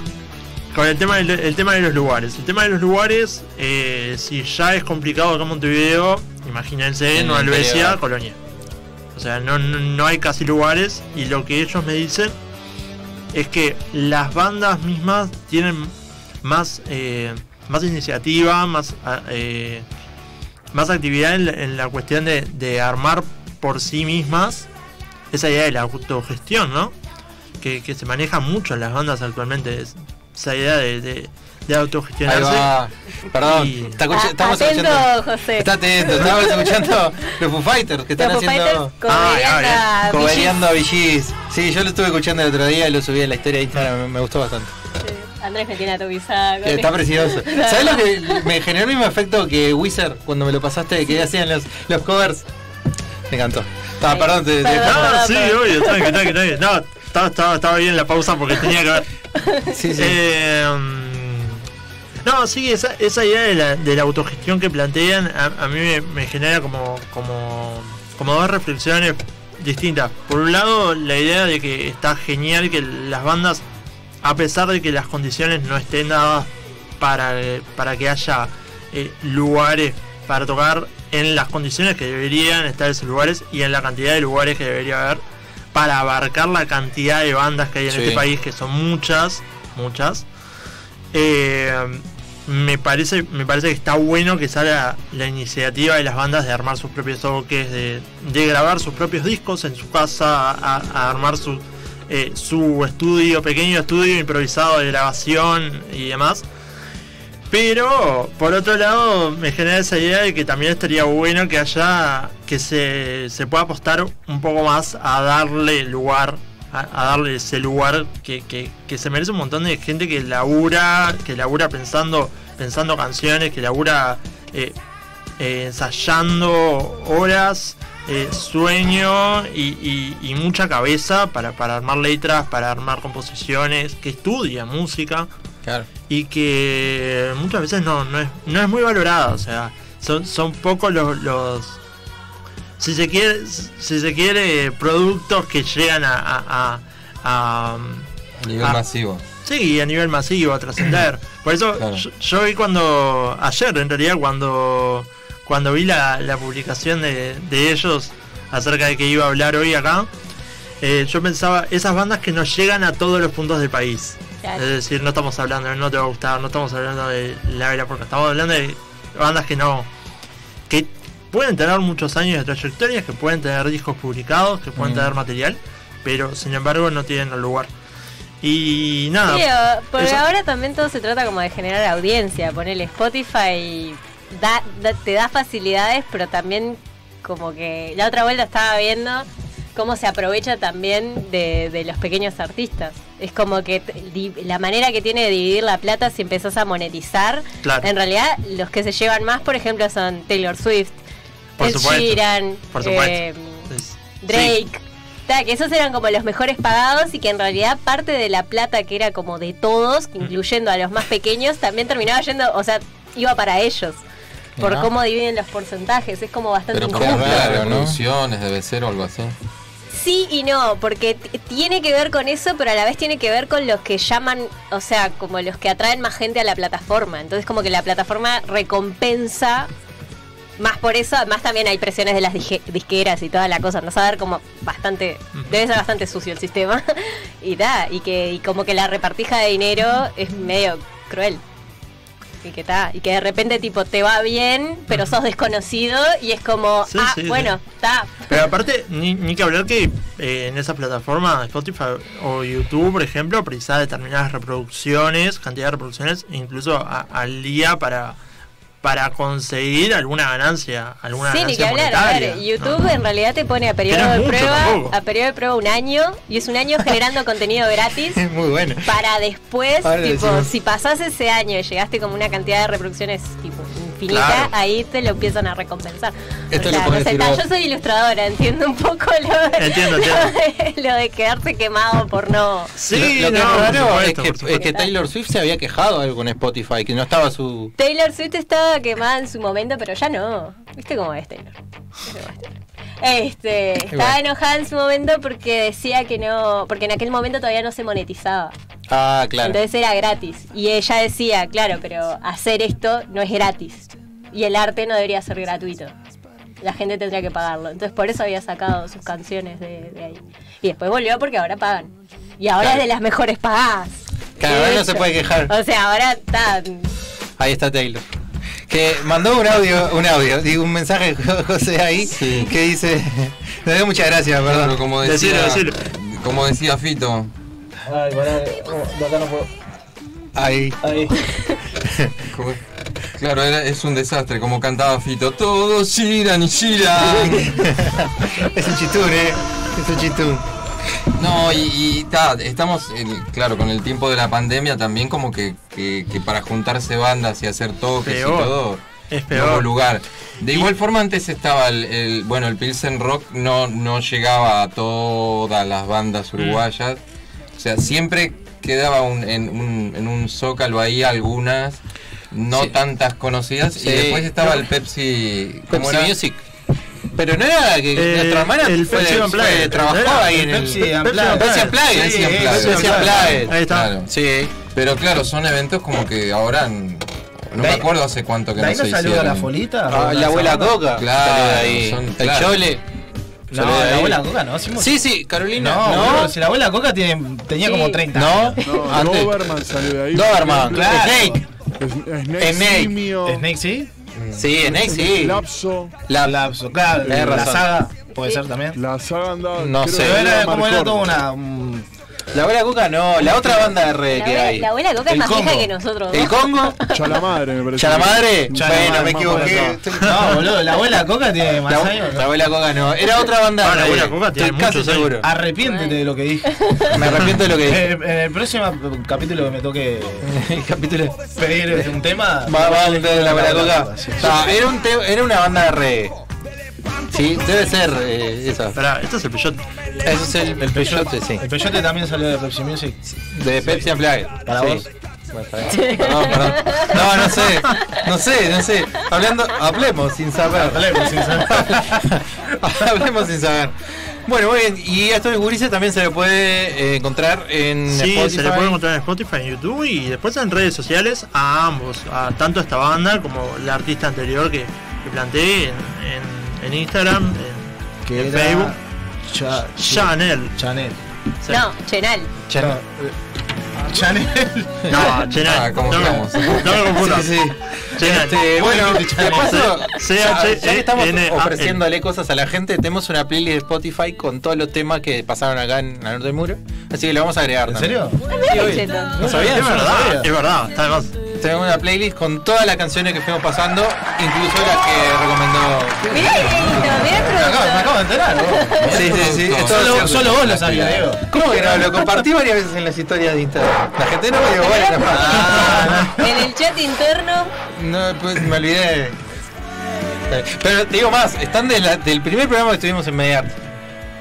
Con el tema, del- el, tema de los lugares. El tema de los lugares, eh, si ya es complicado acá en Montevideo, imagínense
En
en Nueva
el interior.
Alvesia, Colonia. O sea, no, no- no hay casi lugares y lo que ellos me dicen es que las bandas mismas tienen más, eh, más iniciativa, más, a- eh, más actividad en la, en la cuestión de, de armar por sí mismas esa idea de la autogestión, ¿no? Que, que se maneja mucho en las bandas actualmente, es- esa idea de, de, de autogestionarse.
Ahí va. Perdón, está escucha- estamos
Ah, Atento,
escuchando.
José.
Está atento, estamos escuchando los Foo Fighters que están
Los Foo
haciendo.
Fighters coveriando
ah,
a
bien. Coveriando a VGs. Sí, yo lo estuve escuchando el otro día y lo subí en la historia de Instagram, me, me gustó bastante.
Andrés me tiene atomizada. con
Eh, Está
esto.
precioso. ¿Sabes lo que me generó el mismo efecto que Wizard cuando me lo pasaste, que hacían los, los covers? Me encantó. Ah, perdón, te, te-
Ah, sí, obvio, tranqui, tranqui, tranqui. No, estaba, estaba- estaba bien la pausa porque tenía que ver. Eh, mm, no, sí, esa, esa idea de la, de la autogestión que plantean a, a mí me, me genera como, como, como dos reflexiones distintas. Por un lado, la idea de que está genial que las bandas, a pesar de que las condiciones no estén dadas para, para que haya eh, lugares para tocar en las condiciones que deberían estar esos lugares y en la cantidad de lugares que debería haber para abarcar la cantidad de bandas que hay en
Sí.
este país, que son muchas, muchas. Eh, me parece, me parece que está bueno que salga la iniciativa de las bandas de armar sus propios toques, de, de grabar sus propios discos en su casa, a, a armar su, eh, su estudio, pequeño estudio improvisado de grabación y demás. Pero, por otro lado, me genera esa idea de que también estaría bueno que haya, que se, se pueda apostar un poco más a darle lugar, a, a darle ese lugar que, que- que se merece un montón de gente que labura, que labura pensando, pensando canciones, que labura eh, eh, ensayando horas, eh, sueño y, y- y mucha cabeza para, para armar letras, para armar composiciones, que estudia música y que muchas veces no, no, es, no es muy valorada. O sea, son, son pocos los, los- si se quiere, si se quiere, eh, productos que llegan a, a, a- a,
A nivel
Ah.
masivo.
Sí, a nivel masivo, a trascender. Por eso
Claro.
yo, yo vi cuando, ayer en realidad, cuando, cuando vi la, la publicación de, de ellos acerca de que iba a hablar hoy acá, eh, yo pensaba, esas bandas que nos llegan a todos los puntos del país.
Claro.
Es decir, no Eh, estamos hablando de No Te Va a Gustar, no estamos hablando de La Vera Porca, estamos hablando de bandas que no... que pueden tener muchos años de trayectorias, que pueden tener discos publicados, que pueden
Mm.
tener material, pero sin embargo no tienen el lugar. Y nada.
Sí, o- porque
Ah, eso-
ahora también todo se trata como de generar audiencia, ponerle Spotify da, da- te da facilidades, pero también como que la otra vuelta estaba viendo cómo se aprovecha también de, de los pequeños artistas. Es como que t- di- la manera que tiene de dividir la plata si empezás a monetizar,
Claro.
en realidad los que se llevan más, por ejemplo, son Taylor Swift,
Por
Ed
supuesto,
Sheeran,
por supuesto.
eh,
Es-
Drake. Ta, que esos eran como los mejores pagados y que en realidad parte de la plata que era como de todos, que incluyendo a los más pequeños, también terminaba yendo, o sea, iba para ellos. Por
Ajá.
cómo dividen los porcentajes, es como bastante
Pero por
injusto.
las reproducciones debe ser o algo así.
Sí y no, porque t- tiene que ver con eso, pero a la vez tiene que ver con los que llaman, o sea, como los que atraen más gente a la plataforma. Entonces como que la plataforma recompensa más por eso, además también hay presiones de las dije- disqueras y toda la cosa. Nos va a dar como bastante, debe ser bastante sucio el sistema. y da, y que y como que la repartija de dinero es medio cruel. Y que ta, y que de repente tipo te va bien, pero sos desconocido y es como,
Sí,
ah,
sí, sí.
bueno, está,
Pero aparte, ni, ni que hablar que eh, en esa plataforma, Spotify o YouTube, por ejemplo, precisás determinadas reproducciones, cantidad de reproducciones, incluso a- al día para, para conseguir alguna ganancia. Alguna
Sí, ni que
ganancia
hablar. A ver,
monetaria, Ah. ¿no?
YouTube en realidad te pone a periodo
no es
de
mucho
prueba,
tampoco.
a periodo de prueba un año, y es un año generando contenido gratis
Es muy bueno.
para después,
Ahora le
tipo,
decimos.
si pasás ese año y llegaste como una cantidad de reproducciones tipo infinita,
Claro.
ahí te lo empiezan a recompensar.
Esto
O
lo
sea,
podés
no sé,
decir
ta,
vos.
yo soy ilustradora, entiendo un poco lo de,
Entiendo,
lo
entiendo.
de, lo de quedarse quemado por no.
lo, lo
no,
que es
por
raro
supuesto,
es,
por
que, es que Taylor Swift se había quejado algo con Spotify, que no estaba su.
Taylor Swift estaba quemada en su momento, pero ya no. ¿Viste cómo es Taylor? ¿Viste cómo es Taylor? Este, estaba enojada en su momento porque decía que no, porque en aquel momento todavía no se monetizaba.
Ah, claro.
Entonces era gratis. Y ella decía, claro, pero hacer esto no es gratis. Y el arte no debería ser gratuito. la gente tendría que pagarlo. Entonces por eso había sacado sus canciones de, de ahí. Y después volvió porque ahora pagan. Y ahora
Claro.
es de las mejores pagadas.
Claro,
De
ahora no
hecho.
se puede quejar.
O sea, ahora está...
Ahí está Taylor. Que mandó un audio, un audio, digo, un mensaje José ahí que dice, le doy muchas gracias, perdón.
Claro, como decía, como decía Fito,
Ay, pará, de acá no puedo.
Ahí.
como- claro, era- es un desastre, como cantaba Fito, todos giran y giran.
es un chitún, eh, es un chitún.
No, y, y ta, estamos, el- claro, con el tiempo de la pandemia también como que, que- que para juntarse bandas y hacer toques
Peor.
y todo,
Es
no
peor.
hubo lugar. De igual forma antes estaba el, el- bueno, el Pilsen Rock no, no llegaba a todas las bandas uruguayas. O sea, siempre quedaba un- en, un, en un zócalo ahí algunas, no tantas conocidas.
Sí.
Y después estaba el Pepsi... ¿cómo
Pepsi
era?
Music. Pero no era que
Eh,
nuestra hermana
el
fue-
Pepsi
fue-
Unplugged.
trabajaba
No era
ahí
el
en el
Pepsi Unplugged.
Pepsi Unplugged.
Sí,
Pepsi
Pepsi
Unplugged.
Unplugged.
Ahí está.
Claro.
Sí.
Pero claro, son eventos como que ahora. n- No
De
me
ahí-
acuerdo hace cuánto
de
que no
ahí no
se
saluda
hicieron.
la Folita, Ah, Ronda la abuela Zamora. Coca. Saluda
Claro,
ahí.
son-
El
claro.
Chole.
No,
Saluda
la
ahí.
abuela Coca no. hacemos-
Sí, sí, Carolina.
No,
No.
boludo, si la abuela Coca tiene, tenía
Sí.
como 30.
No.
No,
Antes.
Doberman salió de ahí.
Doberman,
claro.
Snake.
Snake.
Snake.
Simio.
Snake sí.
Sí, Snake sí.
Lapso.
La,
Lapso, claro.
Tenés
la
razón.
saga puede ser también.
La saga andaba.
No
creo
sé.
que
Era como era
Marcorn.
todo una-
Mm,
La abuela Coca no, la otra banda de reggae
La
que
abuela-
hay.
la abuela Coca es
El
más
Congo.
vieja que nosotros.
¿El
¿no?
Congo?
Chalamadre, me parece.
¿Chalamadre?
Chalamadre,
Bueno, me
más por
equivoqué.
acá. No, boludo, la abuela Coca tiene más
La,
años.
la abuela Coca no. Era otra banda.
Ah, la abuela
reggae.
Coca tiene
Estoy casi seguro.
Arrepiéntete de lo que dije.
Me arrepiento de lo que dije.
Eh, En el próximo eh, capítulo que me toque
capítulo
pedir un tema.
Va, va, de la abuela Coca.
Sí.
Ah, Era, un te- era una banda de reggae. Sí, debe ser eh, esa. Esperá,
este
esto es el Peyote. Eso es el, el Peyote, sí.
El Peyote también salió de Pepsi Music.
De Pepsi and Flag.
Para
Sí.
vos.
Bueno, está bien. Perdón, perdón. No, no sé. No sé, no sé. Hablando, hablemos sin saber. Hablemos sin saber. hablemos sin saber. Bueno, muy bien. Y a estos gurises también se le puede eh, encontrar en
Sí,
Spotify.
se le puede encontrar en Spotify, en YouTube y después en redes sociales a ambos, a tanto a esta banda como la artista anterior que, que planteé en, en- en Instagram, en, en
era
Facebook.
Cha-
Chanel.
Chanel.
No, Chenal.
Chanel. Chanel.
No, Chanel.
Ah, como
no,
estamos.
no me confundas.
Sí, sí.
Chanel.
Este, bueno, de paso,
C-
ya, ya que estamos
C-H-E-N-A-L.
ofreciéndole cosas a la gente, tenemos una playlist de Spotify con todos los temas que pasaron acá en la Norte del Muro. Así que lo vamos a agregar.
¿En
también.
serio?
Sí, obvio.
Es
¿No sabías? Yo no sabía.
verdad, es verdad, está de más.
Tenemos una playlist con todas las canciones que fuimos pasando, incluso las que recomendó.
Mirá el grito, mirá el
Me acabo, me acabo de enterar. vos. Sí, sí, sí. Esto
Solo-
es cierto.
solo vos lo sabías, Diego.
¿Cómo que no? Lo compartí varias veces en las historias de Instagram. La gente no me dio bola, capaz.
En el chat interno.
No, pues me olvidé. Pero te digo más, están de la- del primer programa que estuvimos en Mediarte.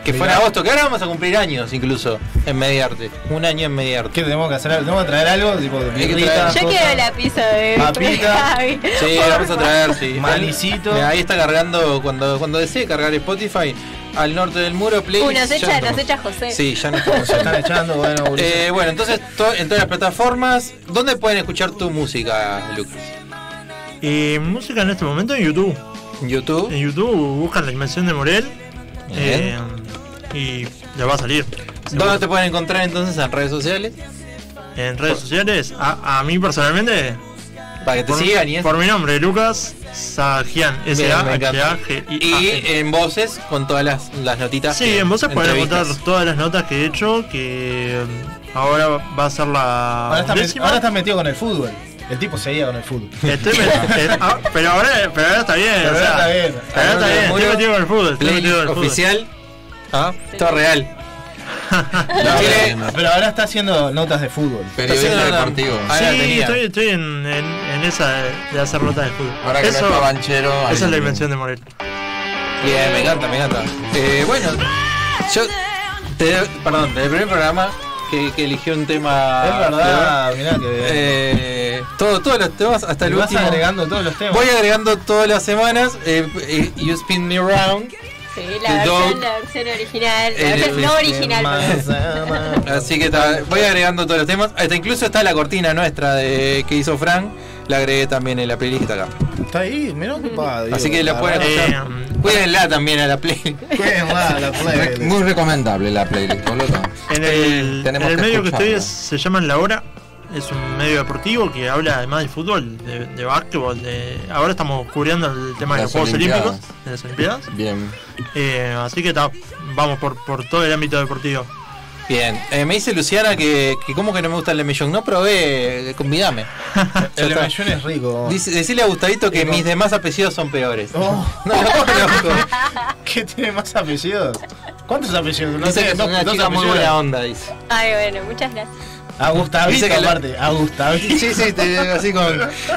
Que fue en
Mirá.
agosto, que ahora vamos a cumplir años incluso en Mediarte. Un año en Mediarte.
¿Qué tenemos que hacer? ¿Tenemos que traer algo? Tipo,
Hay que
birrita,
traer-
Yo quiero la pizza de
Papita.
Javi.
Sí,
Por
la vamos a traer, sí.
Manicito.
Mira, ahí está cargando, cuando, cuando desee cargar Spotify, al norte del muro, play.
Uh, nos echa, nos echa José.
Sí, ya no estamos.
Se están echando, bueno, Ulises.
Eh, bueno, entonces to- en todas las plataformas, ¿dónde pueden escuchar tu música, Lucas?
Y música en este momento en YouTube.
¿En YouTube?
En YouTube buscan la dimensión de Morel. eh, y ya va a salir.
¿Dónde te pueden encontrar entonces en redes sociales?
En redes sociales, a, a mí personalmente.
Para que te
por,
sigan y eso.
Por mi nombre, Lucas Sagian.
Bien,
s a
me
h
encanta.
a g
Y eh, en voces, con todas las, las notitas.
Sí, en voces pueden encontrar
entrevistas.
todas las notas que he hecho. Que eh, ahora va a ser la.
Ahora estás, met-
décima.
ahora estás metido con el fútbol. El tipo seguía con el fútbol.
Estoy met- eh, ah, pero, ahora, pero ahora está bien.
Pero
o sea,
ahora está bien.
Pero ahora está bien. Estoy
Muro,
metido con el fútbol. Estoy
playlist
metido con el fútbol.
oficial. Ah, todo real.
Pero ahora está haciendo notas de fútbol.
Periodista deportivo.
Ah,
Sí, estoy, estoy en, en, en esa de, de hacer notas de fútbol.
Ahora que no está Banchero,
Esa
ahí
es la
también.
dimensión de Morel.
Bien, me encanta, me encanta. Eh, bueno, yo. te- perdón, del primer programa que, que eligió un tema.
Es verdad, mirá que bien.
Eh, todo- todos los temas, hasta el
Y vas
último.
agregando todos los temas.
Voy agregando todas las semanas. eh, eh, you Spin Me Round.
Sí,
The
la versión,
Dog.
la versión original. La
El-
versión no original. perdón.
Así que ta- voy agregando todos los temas. Hasta incluso está la cortina nuestra de que hizo Frank. La agregué también en la playlist que está acá.
Está ahí, mirá qué padre.
Así que la pueden
Eh,
escuchar. Cuídenla también a la play.
Cuídenla la
Re- Muy recomendable la playlist, boludo.
En el,
Este, Tenemos
en el
que
medio que
escucharlo.
ustedes se llaman La Hora, es un medio deportivo que habla además de fútbol, de, de básquetbol. de- ahora estamos cubriendo el tema de los
Las
Juegos
Olimpiadas.
Olímpicos, de las Olimpiadas.
Bien.
Eh, así que ta, vamos por, por todo el ámbito deportivo.
Bien, eh, me dice Luciana que, que como que no me gusta el lemellón. No probé, eh, convidame.
El
Ya está.
lemellón es rico.
Dice, decile a Gustavito que mis demás apellidos son peores.
Oh. No, ¿Qué tiene más apellidos? ¿Cuántos apellidos? No
Dice que
sé,
es
dos,
una
dos
chica muy
apellidos.
buena onda, dice.
Ay, bueno, muchas gracias.
A Gustavito
Dice que la-
aparte, a Gustavito.
Sí, sí, te- así con.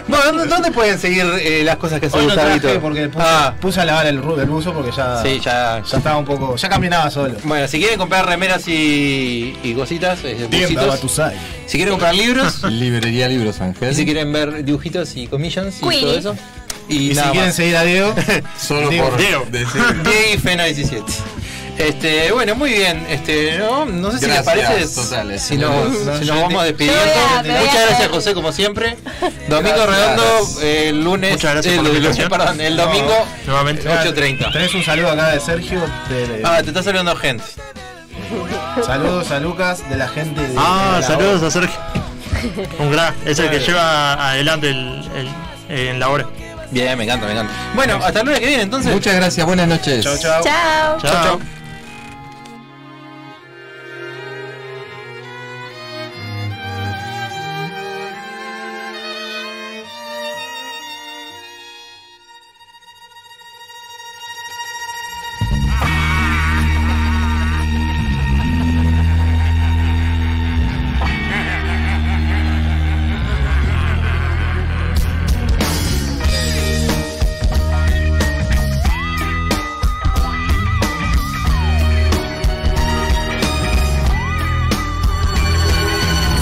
Bueno, ¿dó- ¿dónde pueden seguir eh, las cosas que hace
Hoy no traje
Gustavito?
porque puse, puse a lavar el, ru- el buzo porque ya,
Ah. Sí, ya.
ya estaba un poco. Ya caminaba solo.
Bueno, si quieren comprar remeras y, y cositas, eh,
Tienda
bolsitos.
Batusai.
Si quieren comprar libros,
Librería Libros Ángel.
y si quieren ver dibujitos y comillas y
Queenie.
todo eso.
Y, si
nada
quieren
más.
seguir a Diego,
Solo
Diego.
por
Diego.
decir.
Diego y Fena 17. Este, bueno, muy bien. Este, no, no sé
Gracias,
si les parece
totales.
si nos,
No,
si
yo
nos vamos despidiendo.
Yo voy a- me voy a
Muchas
hacer-
gracias, José, como siempre. Domingo
Gracias.
Redondo, eh, el lunes.
Muchas gracias
el,
por la
lunes,
invitación.
perdón, el domingo,
Nuevamente.
8.30.
Tenés un saludo acá de Sergio. de-
Ah, te está saliendo gente.
saludos a Lucas de la gente de.
Ah,
de la
saludos
obra.
a Sergio. Un gran, es el que
Claro.
lleva adelante el, el- en La Hora.
Bien, Eh, me encanta, me encanta. Bueno, hasta el lunes que viene, entonces.
Muchas gracias, buenas noches.
Chau, chau.
Chao.
Chao.
chau.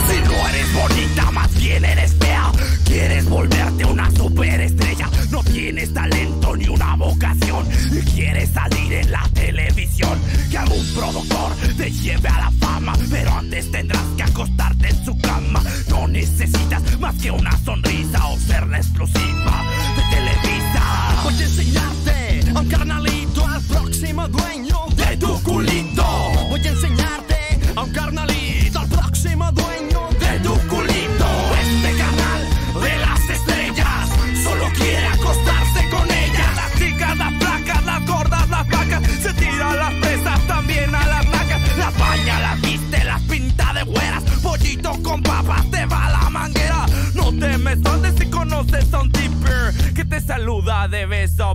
Si no eres bonita, más bien eres fea. Quieres volverte una superestrella. No tienes talento ni una vocación. Quieres salir en la televisión. Que algún productor te lleve a la fama. Pero antes tendrás que acostarte en su cama. No necesitas más que una sonrisa o ser la explosiva de Televisa. Voy a enseñarte a un carnalito al próximo dueño de tu culito. Voy a enseñarte a un carnalito al próximo dueño de tu culito. Este carnal de las estrellas solo quiere acostarse con ellas. Las chicas, las placas, las gordas, las vacas. Se tira a las presas también a las vacas. Las baña, las viste, las pinta de güeras. Pollito con papas te va la manguera. No te me escondes si conoces a un tipper que te saluda de beso.